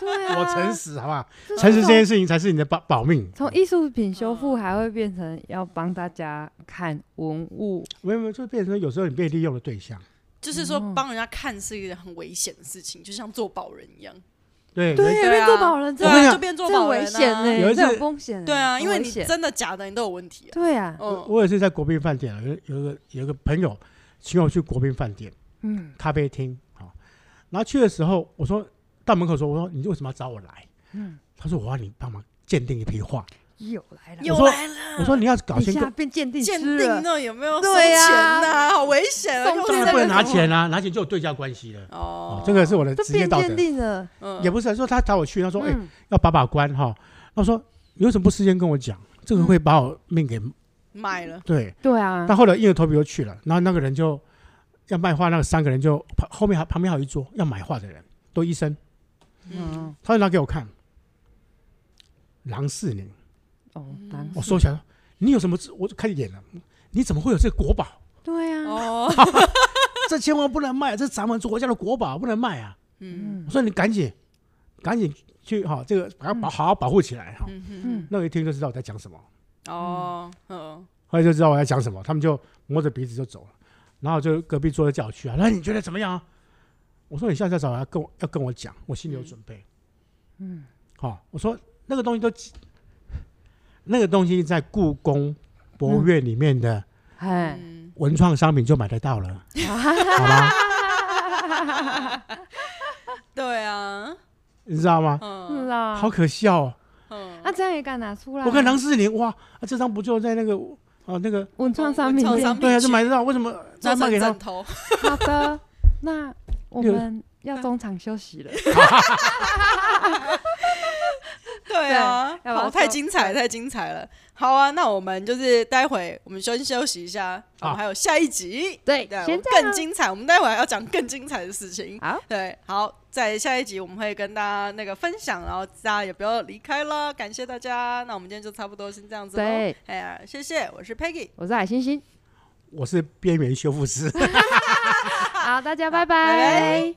Speaker 2: 对啊，
Speaker 3: 我诚实，好不好？
Speaker 2: 这
Speaker 3: 诚实
Speaker 2: 种
Speaker 3: 这件事情才是你的保保命。
Speaker 2: 从艺术品修复还会变成要帮大家看文物，
Speaker 3: 没有没有，就变成有时候你被利用的对象。
Speaker 1: 就是说
Speaker 2: 哦
Speaker 1: 帮人家看是一个很危险的事情，就像做保人一样。
Speaker 3: 对
Speaker 2: 对，
Speaker 1: 对啊
Speaker 2: 变做保人，
Speaker 1: 对
Speaker 2: 这
Speaker 3: 我跟你
Speaker 1: 啊，
Speaker 3: 讲
Speaker 1: 就变做
Speaker 2: 这
Speaker 1: 保人
Speaker 2: 危险
Speaker 1: 啊
Speaker 2: 呢，
Speaker 3: 有一次
Speaker 2: 这有风险欸，
Speaker 1: 对啊，因为
Speaker 2: 很
Speaker 1: 你
Speaker 2: 危险
Speaker 1: 真的假的，你都有问题啊。
Speaker 2: 对啊，
Speaker 3: 我
Speaker 1: 嗯，
Speaker 3: 我也是在国宾饭店啊，有有个有个朋友请我去国宾饭店
Speaker 2: 嗯
Speaker 3: 咖啡厅啊，好然后去的时候我说到门口说我说你为什么要找我来？
Speaker 2: 嗯，
Speaker 3: 他说我要你帮忙鉴定一批画。
Speaker 2: 又来了，
Speaker 1: 又
Speaker 3: 说
Speaker 1: 来
Speaker 2: 啊
Speaker 1: 了，
Speaker 3: 我说你要搞
Speaker 2: 一
Speaker 3: 清
Speaker 2: 下
Speaker 3: 楚，
Speaker 2: 变鉴定
Speaker 1: 鉴
Speaker 2: 师
Speaker 1: 定
Speaker 2: 了，
Speaker 1: 那有没有收
Speaker 2: 对
Speaker 1: 钱
Speaker 2: 啊
Speaker 1: 呐？好危险啊！
Speaker 2: 送
Speaker 1: 又
Speaker 3: 当
Speaker 1: 是
Speaker 3: 然
Speaker 1: 在
Speaker 3: 不能拿
Speaker 1: 那种
Speaker 3: 钱啊，拿钱就有对价关系了。
Speaker 1: 哦
Speaker 3: 哦，这个是我的
Speaker 2: 都
Speaker 3: 职业
Speaker 2: 哦变
Speaker 3: 道
Speaker 2: 鉴
Speaker 3: 德，
Speaker 2: 定了，
Speaker 1: 嗯
Speaker 3: 也不是说他找我去，他说哎
Speaker 2: 嗯
Speaker 3: 要把把关哈。他说有什么不事先跟我讲，这个会把我命给
Speaker 1: 卖了，
Speaker 3: 对。
Speaker 2: 对啊
Speaker 3: 但，后来硬着头皮又去了，然后那个人就要卖画，那个三个人就旁后面还旁边还有一桌要买画的人，都医生，
Speaker 1: 嗯
Speaker 2: 嗯，
Speaker 3: 他就拿给我看，郎世宁，
Speaker 2: 哦，
Speaker 1: 嗯
Speaker 2: 难
Speaker 3: 我收起来了，你有什么资？我就开始演了，你怎么会有这个国宝？
Speaker 2: 对啊，
Speaker 1: 哦，
Speaker 3: 这千万不能卖，这是咱们国家的国宝，不能卖啊！
Speaker 1: 嗯
Speaker 3: 我说你赶紧，赶紧去哈、这个把它保好好保护起来哈、
Speaker 1: 嗯嗯
Speaker 2: 嗯
Speaker 3: 那个一听就知道我在讲什么，
Speaker 1: 哦嗯
Speaker 3: 后来就知道我在讲什么，他们就摸着鼻子就走了。然后就隔壁桌的叫我去啊，那你觉得怎么样啊？我说你下次再找来跟我要跟我讲，我心里有准备。嗯，好、我说那个东西都，那个东西在故宫博物院里面的
Speaker 2: 哎，
Speaker 1: 嗯，
Speaker 3: 文创商品就买得到了，好吧？
Speaker 1: 对啊，
Speaker 3: 你知道 吗？
Speaker 1: 嗯
Speaker 2: 是啊，
Speaker 3: 好可笑、哦。
Speaker 1: 嗯，
Speaker 2: 那这样也敢拿出来？
Speaker 3: 我看郎世宁，哇，啊这张不就在那个哦那个
Speaker 2: 文创商品
Speaker 1: 文创商
Speaker 2: 店
Speaker 1: 品
Speaker 3: 对啊，就
Speaker 1: 去
Speaker 3: 买得到，为什么
Speaker 1: 做
Speaker 3: 那卖
Speaker 1: 成
Speaker 3: 给他
Speaker 1: 枕？ 头，
Speaker 2: 好的，那我
Speaker 3: 六
Speaker 2: 们要中场休息了。
Speaker 1: 对啊，
Speaker 2: 对要把它
Speaker 1: 好，太
Speaker 2: 收
Speaker 1: 精彩，太精彩了。好啊，那我们就是待会我们先休息一下，我们
Speaker 3: 好
Speaker 1: 还有下一集，
Speaker 2: 对
Speaker 1: 对，我
Speaker 2: 先
Speaker 1: 们
Speaker 2: 这
Speaker 1: 更
Speaker 2: 样。
Speaker 1: 精彩，我们待会还要讲更精彩的事情。
Speaker 2: 好，
Speaker 1: 对，好，在下一集我们会跟大家那个分享，然后大家也不要离开了，感谢大家。那我们今天就差不多先这样子喽。
Speaker 2: 对，
Speaker 1: 哎呀，谢谢，我是 Peggy，
Speaker 2: 我是海星星。
Speaker 3: 我是边缘修复师。
Speaker 2: 好，大家拜
Speaker 1: 拜
Speaker 2: 拜。